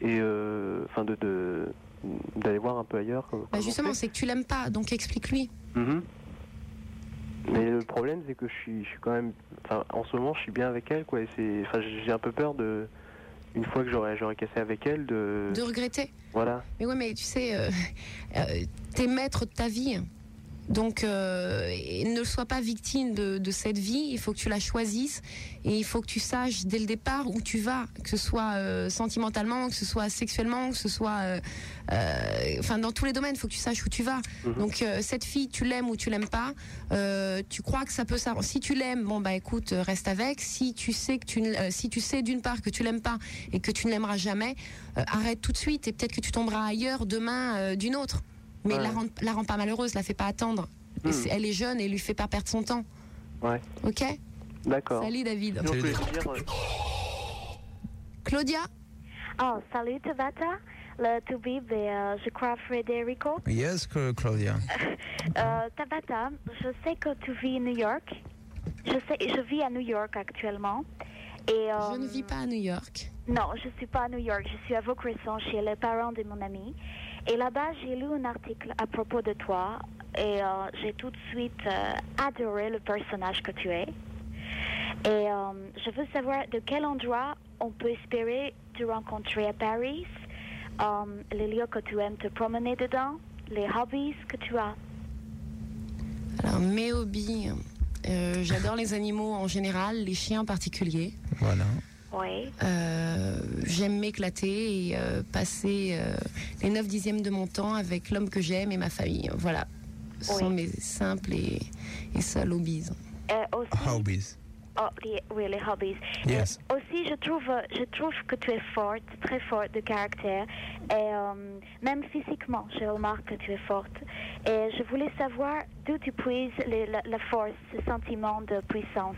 R: Et euh, enfin de de- d'aller voir un peu ailleurs. comme-
A: Bah,
R: comment
A: justement, c'est que tu l'aimes pas, donc explique-lui.
R: Mhm. Mais le problème, c'est que je suis, je suis quand même. Enfin, en ce moment, je suis bien avec elle, quoi. Et c'est, enfin, j'ai un peu peur de. Une fois que j'aurais, j'aurais cassé avec elle, de.
A: De regretter.
R: Voilà.
A: Mais ouais, mais tu sais, euh, euh, t'es maître de ta vie. Donc, euh, et ne sois pas victime de, de cette vie. Il faut que tu la choisisses et il faut que tu saches dès le départ où tu vas, que ce soit euh, sentimentalement, que ce soit sexuellement, que ce soit, euh, euh, enfin, dans tous les domaines, il faut que tu saches où tu vas. Donc, euh, cette fille, tu l'aimes ou tu l'aimes pas. euh, tu crois que ça peut ça. Si tu l'aimes, bon bah écoute, euh, reste avec. Si tu sais que tu, ne- euh, si tu sais d'une part que tu l'aimes pas et que tu ne l'aimeras jamais, euh, arrête tout de suite et peut-être que tu tomberas ailleurs demain euh, d'une autre. Mais
R: Ouais.
A: la, rend, la rend pas malheureuse, la fais pas attendre.
R: Mhm.
A: C'est- Elle est jeune et lui fait pas perdre son temps.
R: Ouais.
A: Ok
R: D'accord.
A: Salut David.
R: Sinon, je voulais dire, euh,
A: Claudia
S: Oh, salut Tabata, le Toubib et euh, je crois Federico.
B: Yes, Cla- Claudia.
S: Euh, Tabata, je sais que tu vis à New York. Je sais, je vis à New York actuellement. Et, euh,
A: Je ne vis pas à New York.
S: Non, je suis pas à New York. Je suis à Vaucresson chez les parents de mon ami. Et là-bas, j'ai lu un article à propos de toi et euh, j'ai tout de suite euh, adoré le personnage que tu es. Et euh, je veux savoir de quel endroit on peut espérer te rencontrer à Paris, euh, les lieux que tu aimes te promener dedans, les hobbies que tu as.
A: Alors, mes hobbies, euh, j'adore les animaux en général, les chiens en particulier.
B: Voilà.
S: Oui.
A: Euh, J'aime m'éclater et euh, passer euh, les 9 dixièmes de mon temps avec l'homme que j'aime et ma famille. Voilà. Ce sont mes simples et, et seuls hobbies.
S: Et aussi,
B: Hobbies.
S: Oh, les- oui, les hobbies.
B: Yes.
S: Et aussi, je trouve, euh, je trouve que tu es forte, très forte de caractère. Et euh, même physiquement, je remarque que tu es forte. Et je voulais savoir d'où tu puises les- la, la force, ce sentiment de puissance.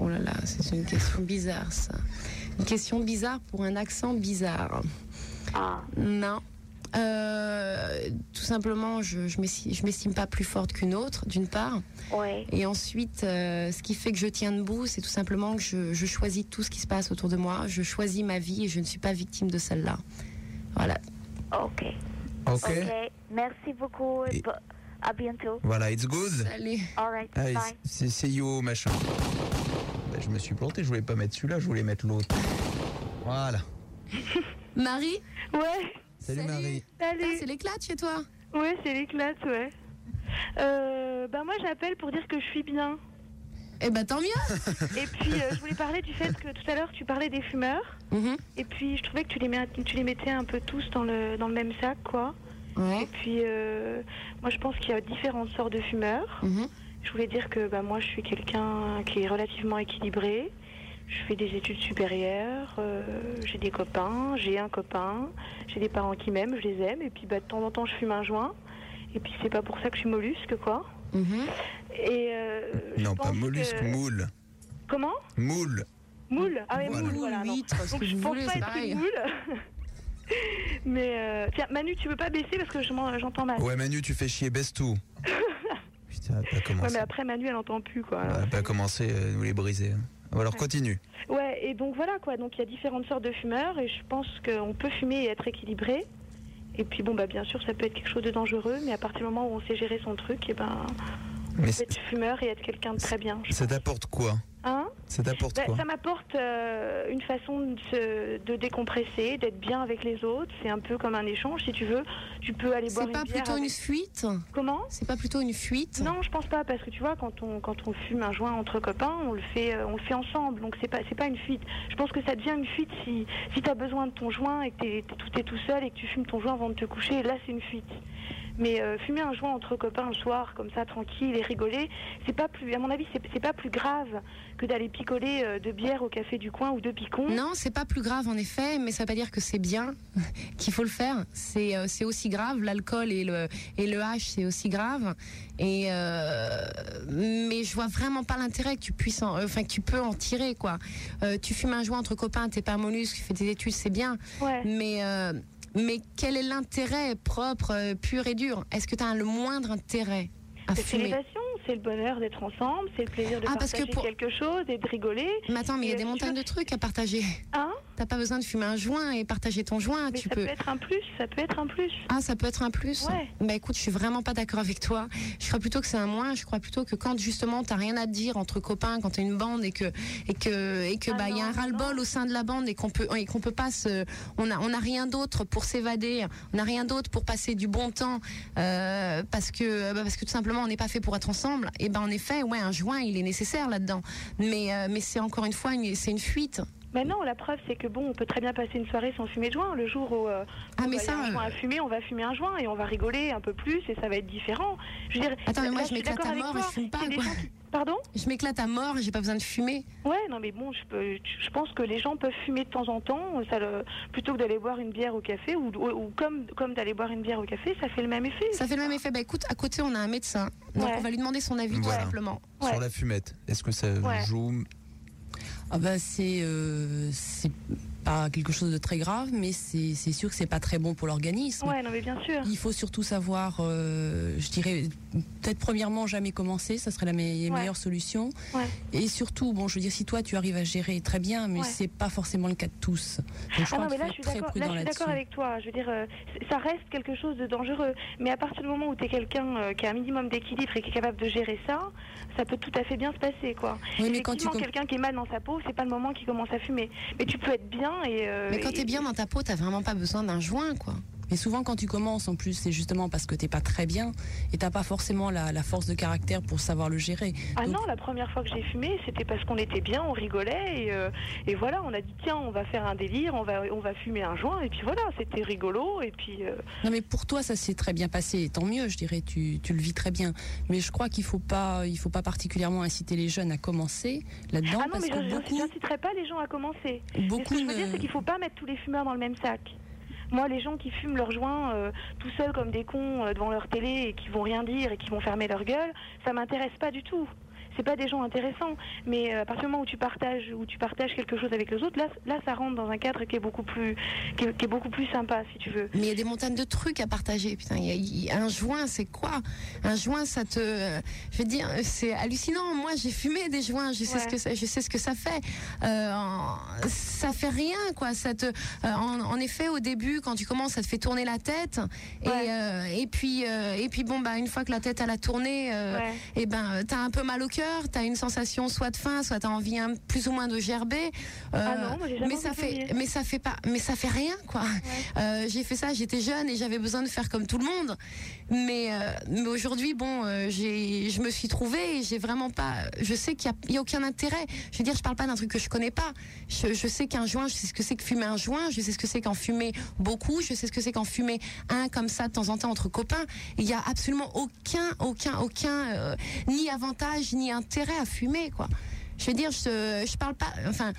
A: Oh là là, c'est une question bizarre, ça. Une question bizarre pour un accent bizarre.
S: Ah.
A: Non. Euh, tout simplement, je, je m'estime je m'estime pas plus forte qu'une autre, d'une part.
S: Ouais.
A: Et ensuite, euh, ce qui fait que je tiens debout, c'est tout simplement que je, je choisis tout ce qui se passe autour de moi. Je choisis ma vie et je ne suis pas victime de celle-là. Voilà.
S: Ok.
B: Ok.
S: Merci beaucoup. et bo- À bientôt.
B: Voilà, it's good.
A: Salut.
S: All right.
B: Allez,
S: bye.
B: Ah, c'est c'est yo, machin. Bah, je me suis planté, je voulais pas mettre celui-là, je voulais mettre l'autre. Voilà.
A: Marie
T: Ouais.
B: Salut, Marie.
A: Putain, Ah, C'est l'éclate chez toi
T: Ouais, c'est l'éclate, ouais. Euh,
C: ben,
T: bah moi j'appelle pour dire que je suis bien.
A: Eh ben tant mieux
T: Et puis euh, je voulais parler du fait que tout à l'heure tu parlais des fumeurs.
A: Mhm.
T: Et puis je trouvais que tu les, mets- tu les mettais un peu tous dans le, dans le même sac, quoi.
A: Ouais.
T: Et puis euh, moi je pense qu'il y a différentes sortes de fumeurs.
A: Mhm.
T: Je voulais dire que bah, moi je suis quelqu'un qui est relativement équilibré. Je fais des études supérieures, euh, j'ai des copains, j'ai un copain, j'ai des parents qui m'aiment, je les aime. Et puis bah, de temps en temps je fume un joint. Et puis c'est pas pour ça que je suis mollusque, quoi.
A: Mhm.
T: Et euh, je
B: Non, pas
T: pense
B: mollusque,
T: que-
B: moule.
T: Comment
B: Moule.
T: Moule Ah ouais,
B: Voilà.
T: moule, voilà. non.
A: Huître, ce
T: Donc
A: que
T: je
A: vous
T: pense
A: voulez,
T: pas
A: c'est
T: être
A: pareil.
T: une moule. Mais euh, tiens, Manu, tu veux pas baisser parce que je m'en- j'entends mal.
B: Ouais, Manu, tu fais chier, baisse tout. Putain, t'as
T: Ouais,
B: commencé.
T: mais après Manu, elle entend plus quoi.
B: Bah, T'as commencé à nous les briser. hein. Bon, alors
T: Ouais.
B: continue.
T: Ouais, et donc voilà quoi. Donc il y a différentes sortes de fumeurs et je pense qu'on peut fumer et être équilibré. Et puis bon bah bien sûr ça peut être quelque chose de dangereux, mais à partir du moment où on sait gérer son truc, et ben on
B: Mais
T: peut être fumeur et être quelqu'un de très bien. je
B: Ça t'apporte quoi
T: Hein
B: Ça t'apporte
T: Bah,
B: quoi
T: Ça m'apporte euh, une façon de, se- de décompresser, d'être bien avec les autres. C'est un peu comme un échange, si tu veux. Tu peux aller
A: C'est
T: boire une
A: pas
T: bière.
A: plutôt une
T: avec-
A: fuite
T: Comment
A: C'est pas plutôt une fuite
T: Non, je pense pas, parce que tu vois, quand on, quand on fume un joint entre copains, on le fait, euh, on le fait ensemble. Donc c'est pas, c'est pas une fuite. Je pense que ça devient une fuite si, si t'as besoin de ton joint et que t'es, t'es- tout est tout seul et que tu fumes ton joint avant de te coucher. Là, c'est une fuite. Mais euh, fumer un joint entre copains le soir, comme ça, tranquille et rigoler, c'est pas plus, à mon avis, c'est, c'est pas plus grave que d'aller picoler euh, de bière au café du coin ou de picons.
A: Non, c'est pas plus grave en effet, mais ça veut pas dire que c'est bien, qu'il faut le faire. C'est euh, c'est aussi grave, l'alcool et le, et le H, c'est aussi grave. Et euh, mais je vois vraiment pas l'intérêt que tu puisses, en- euh, enfin que tu peux en tirer quoi. Euh, tu fumes un joint entre copains, t'es pas mollusque, tu fais tes études, c'est bien. Mais euh, mais quel est l'intérêt propre, euh, pur et dur Est-ce que tu as le moindre intérêt à
T: C'est
A: fumer
T: l'élévation, c'est le bonheur d'être ensemble, c'est le plaisir de
A: Ah, parce
T: partager
A: que pour-
T: quelque chose et de rigoler.
A: Mais attends, mais il y
T: Et,
A: a des
T: euh,
A: montagnes de trucs à partager. T'as pas besoin de fumer un joint et partager ton joint. tu
T: ça
A: peux.
T: peut être un plus, ça peut être un plus.
A: Ah, ça peut être un plus.
T: Ouais.
A: Bah écoute, je suis vraiment pas d'accord avec toi. Je crois plutôt que c'est un moins. Je crois plutôt que quand justement t'as rien à te dire entre copains, quand t'as une bande et que et que et que
T: Ah
A: bah il y a
T: non,
A: un ras-le-bol au sein de la bande et qu'on peut et qu'on peut pas se, on a on a rien d'autre pour s'évader, on a rien d'autre pour passer du bon temps euh, parce que bah, parce que tout simplement on n'est pas fait pour être ensemble. Et ben en effet, ouais, un joint il est nécessaire là-dedans. Mais euh, mais c'est encore une fois une- c'est une fuite.
T: Mais non, la preuve c'est que bon, on peut très bien passer une soirée sans fumer de joint. Le jour où euh,
A: Ah,
T: on
A: mais
T: va
A: ça,
T: y a un
A: euh,
T: joint à fumer, on va fumer un joint et on va rigoler un peu plus et ça va être différent. Je veux dire,
A: Attends, mais moi,
T: là,
A: je
T: suis
A: m'éclate
T: d'accord
A: à
T: avec
A: mort,
T: toi.
A: je fume pas,
T: C'est des
A: quoi.
T: gens qui- Pardon
A: Je m'éclate à mort, j'ai pas besoin de fumer.
T: Ouais, non mais bon, je, peux- je pense que les gens peuvent fumer de temps en temps, ça le- plutôt que d'aller boire une bière au café ou, ou- ou comme comme d'aller boire une bière au café, ça fait le même effet.
A: Ça fait le même effet. Bah écoute, à côté on a un médecin, donc
T: Ouais.
A: on va lui demander son avis
B: Voilà.
A: tout simplement.
T: Ouais.
B: Sur la fumette, est-ce que ça
P: Ouais.
B: joue
P: Ah bah c'est euh, c'est pas quelque chose de très grave, mais c'est c'est sûr que c'est pas très bon pour l'organisme.
T: Ouais, non mais bien sûr.
P: Il faut surtout savoir, euh, je dirais, peut-être premièrement jamais commencer, ça serait la me- meilleure solution. Et surtout, bon, je veux dire, si toi tu arrives à gérer, très bien, mais
T: Ouais.
P: c'est pas forcément le cas de tous. Donc je
T: ah non,
P: crois
T: mais
P: qu'il faut
T: là, je suis
P: être très
T: d'accord- là,
P: prudent
T: je suis d'accord
P: là-dessus.
T: avec toi. Je veux dire, euh, c- ça reste quelque chose de dangereux. Mais à partir du moment où tu es quelqu'un euh, qui a un minimum d'équilibre et qui est capable de gérer ça, ça peut tout à fait bien se passer, quoi.
P: Oui, mais quand tu
T: Effectivement,
P: com-
T: quelqu'un qui est mal dans sa peau, c'est pas le moment qui commence à fumer. Mais tu peux être bien et. euh,
P: Mais quand
T: et-
P: t'es bien
A: dans ta peau, t'as vraiment pas besoin d'un joint, quoi.
P: Mais souvent, quand tu commences, en plus, c'est justement parce que t'es pas très bien et t'as pas forcément la, la force de caractère pour savoir le gérer.
T: Ah non, la première fois que j'ai fumé, c'était parce qu'on était bien, on rigolait et, euh, et voilà, on a dit tiens, on va faire un délire, on va on va fumer un joint et puis voilà, c'était rigolo et puis. euh,
P: Non, mais pour toi, ça s'est très bien passé, et tant mieux, je dirais, tu, tu le vis très bien. Mais je crois qu'il faut pas, il faut pas particulièrement inciter les jeunes à commencer là-dedans,
T: Ah non,
P: parce
T: mais
P: que
T: je-
P: beaucoup.
T: je n'inciterai pas les gens à commencer.
P: Beaucoup
T: Mais ce que je veux
P: ne-
T: dire, c'est qu'il ne faut pas mettre tous les fumeurs dans le même sac. Moi, les gens qui fument leur joint euh, tout seuls comme des cons euh, devant leur télé et qui vont rien dire et qui vont fermer leur gueule, ça m'intéresse pas du tout. c'est pas des gens intéressants. Mais euh, à partir du moment où tu partages, où tu partages quelque chose avec les autres, là, là, ça rentre dans un cadre qui est beaucoup plus, qui est, qui est beaucoup plus sympa, si tu veux.
A: Mais il y a des montagnes de trucs à partager. Putain, il y a- il y a un joint, c'est quoi Un joint, ça te, euh, je veux dire, c'est hallucinant. Moi, j'ai fumé des joints. Je sais ce que ça, je sais ce que ça fait. Euh, en- ça fait rien, quoi. Ça te, euh, en, en effet, au début, quand tu commences, ça te fait tourner la tête. Et, euh, et puis, euh, et puis, bon, bah, une fois que la tête elle a tourné, euh,
T: Ouais.
A: et ben, euh, t'as un peu mal au cœur. T'as une sensation soit de faim, soit t'as envie un, plus ou moins de gerber. Euh,
T: Ah non, moi, j'ai jamais
A: mais ça
T: envie de
A: fait,
T: vomir.
A: mais ça fait pas, mais ça fait rien quoi. Euh, j'ai fait ça, j'étais jeune et j'avais besoin de faire comme tout le monde. Mais, euh, mais aujourd'hui, bon, euh, j'ai, je me suis trouvée et j'ai vraiment pas. Je sais qu'il y a, il y a aucun intérêt. Je veux dire, je parle pas d'un truc que je connais pas. Je, je sais qu'un joint, je sais ce que c'est que fumer un joint, je sais ce que c'est qu'en fumer beaucoup, je sais ce que c'est qu'en fumer un comme ça de temps en temps entre copains. Il y a absolument aucun, aucun, aucun euh, ni avantage ni intérêt à fumer quoi. Je veux dire, je, je parle pas. Enfin,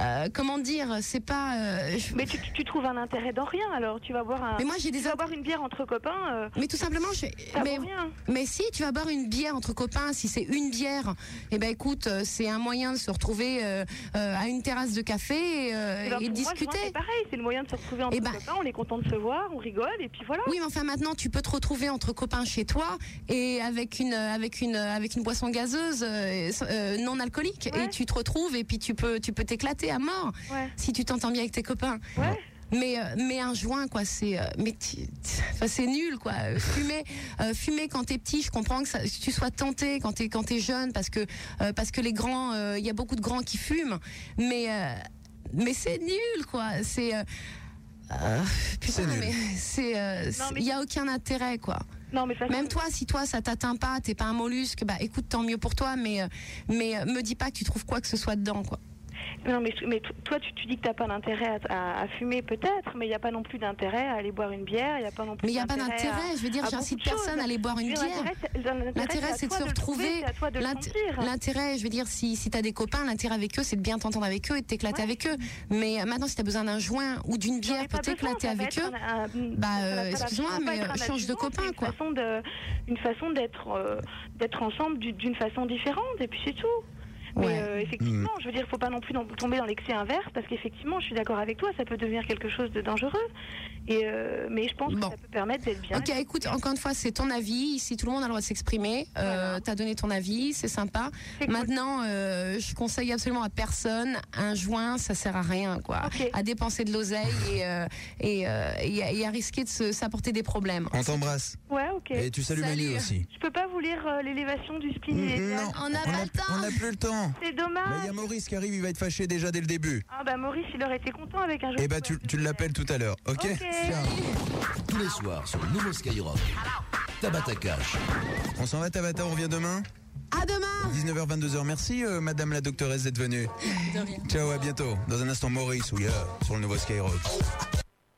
A: euh, comment dire, c'est pas. euh,
T: Mais tu, tu trouves un intérêt dans rien alors. Tu vas boire un.
A: Mais moi, j'ai des
T: tu vas boire une bière entre copains. euh,
A: Mais tout simplement, je...
T: Ça
A: mais...
T: vaut Ah rien.
A: mais si tu vas boire une bière entre copains, si c'est une bière, eh ben écoute, euh, c'est un moyen de se retrouver euh, euh, à une terrasse de café euh,
T: eh
A: et de
T: ben, pour moi, le vin,
A: discuter.
T: c'est pareil, c'est le moyen de se retrouver entre
A: Eh ben-
T: copains. On est content de se voir, on rigole et puis voilà.
A: Oui, mais enfin maintenant, tu peux te retrouver entre copains chez toi et avec une avec une avec une boisson gazeuse euh, euh, non alcoolique et tu te retrouves et puis tu peux tu peux t'éclater à mort si tu t'entends bien avec tes copains. Mais, euh, mais un joint, quoi, c'est euh, mais tu- enfin, c'est nul, quoi. Euh, Fumer, euh, fumer quand t'es petit, je comprends que ça- que tu sois tenté quand t'es quand t'es jeune, parce que euh, parce que les grands, euh, il y a beaucoup de grands qui fument, mais euh, mais c'est nul, quoi. C'est euh, euh, putain, mais c'est euh, c'est- il y a aucun intérêt, quoi. Même toi, si toi ça t'atteint pas, t'es pas un mollusque, bah écoute, tant mieux pour toi, mais euh, mais euh, me dis pas que tu trouves quoi que ce soit dedans, quoi.
T: Mais Non, mais, je- mais to- toi, tu, tu dis que t'as pas d'intérêt à, à- à fumer, peut-être, mais il n'y a pas non plus d'intérêt à aller boire une bière, il n'y a pas non plus
A: Mais il n'y a pas
T: d'intérêt à-
A: d'intérêt, je veux dire,
T: à
A: j'incite
T: beaucoup de
A: personne à aller boire une
T: choses. Je veux dire,
A: bière.
T: l'intérêt, c'est-
A: L'intérêt, c'est de
T: à
A: se
T: toi le trouver,
A: retrouver.
T: c'est à toi de le
A: L'int-
T: sentir.
A: L'intérêt, je veux dire, si, si tu as des copains, l'intérêt avec eux, c'est de bien t'entendre avec eux et de t'éclater avec eux. Mais euh, maintenant, si tu as besoin d'un joint ou d'une bière pour t'éclater avec eux, bah, euh, excuse-moi, mais euh, change de copain,
T: quoi. Une façon de, une façon d'être, euh, d'être ensemble du- d'une façon différente, et puis c'est tout. Mais euh, effectivement, je veux dire, faut pas non plus non- tomber dans l'excès inverse, parce qu'effectivement, je suis d'accord avec toi, ça peut devenir quelque chose de dangereux. Et euh, mais je pense que ça peut permettre d'être bien.
A: Ok, écoute, encore une fois, c'est ton avis. Ici, tout le monde a le droit de s'exprimer. Euh, T'as donné ton avis, c'est sympa. Maintenant, euh, je conseille absolument à personne un joint, ça sert à rien, quoi. À dépenser de l'oseille et, euh, et, euh, et à- et à risquer de se- s'apporter des problèmes.
B: On t'embrasse.
T: Ouais, ok.
B: Et tu salues Manu Salut. aussi.
T: Je peux pas vous lire euh, l'élévation du spleen.
B: Mm, Mm-hmm. Non,
T: on n'a pas le
B: On n'a plus le temps.
T: C'est dommage.
B: Bah, Il y a Maurice qui arrive, il va être fâché déjà dès le début.
T: Ah bah Maurice, il aurait été content avec un jeu.
B: Et bah tu, tu l'appelles tout à l'heure, Eh, ok
D: Tous les soirs sur le nouveau Skyrock. Tabata Cash.
B: On s'en va Tabata, on revient demain
A: À demain
B: 19h-22h, merci euh, madame la doctoresse d'être venue. Ciao, à bientôt. Dans un instant Maurice, ou là, sur le nouveau Skyrock.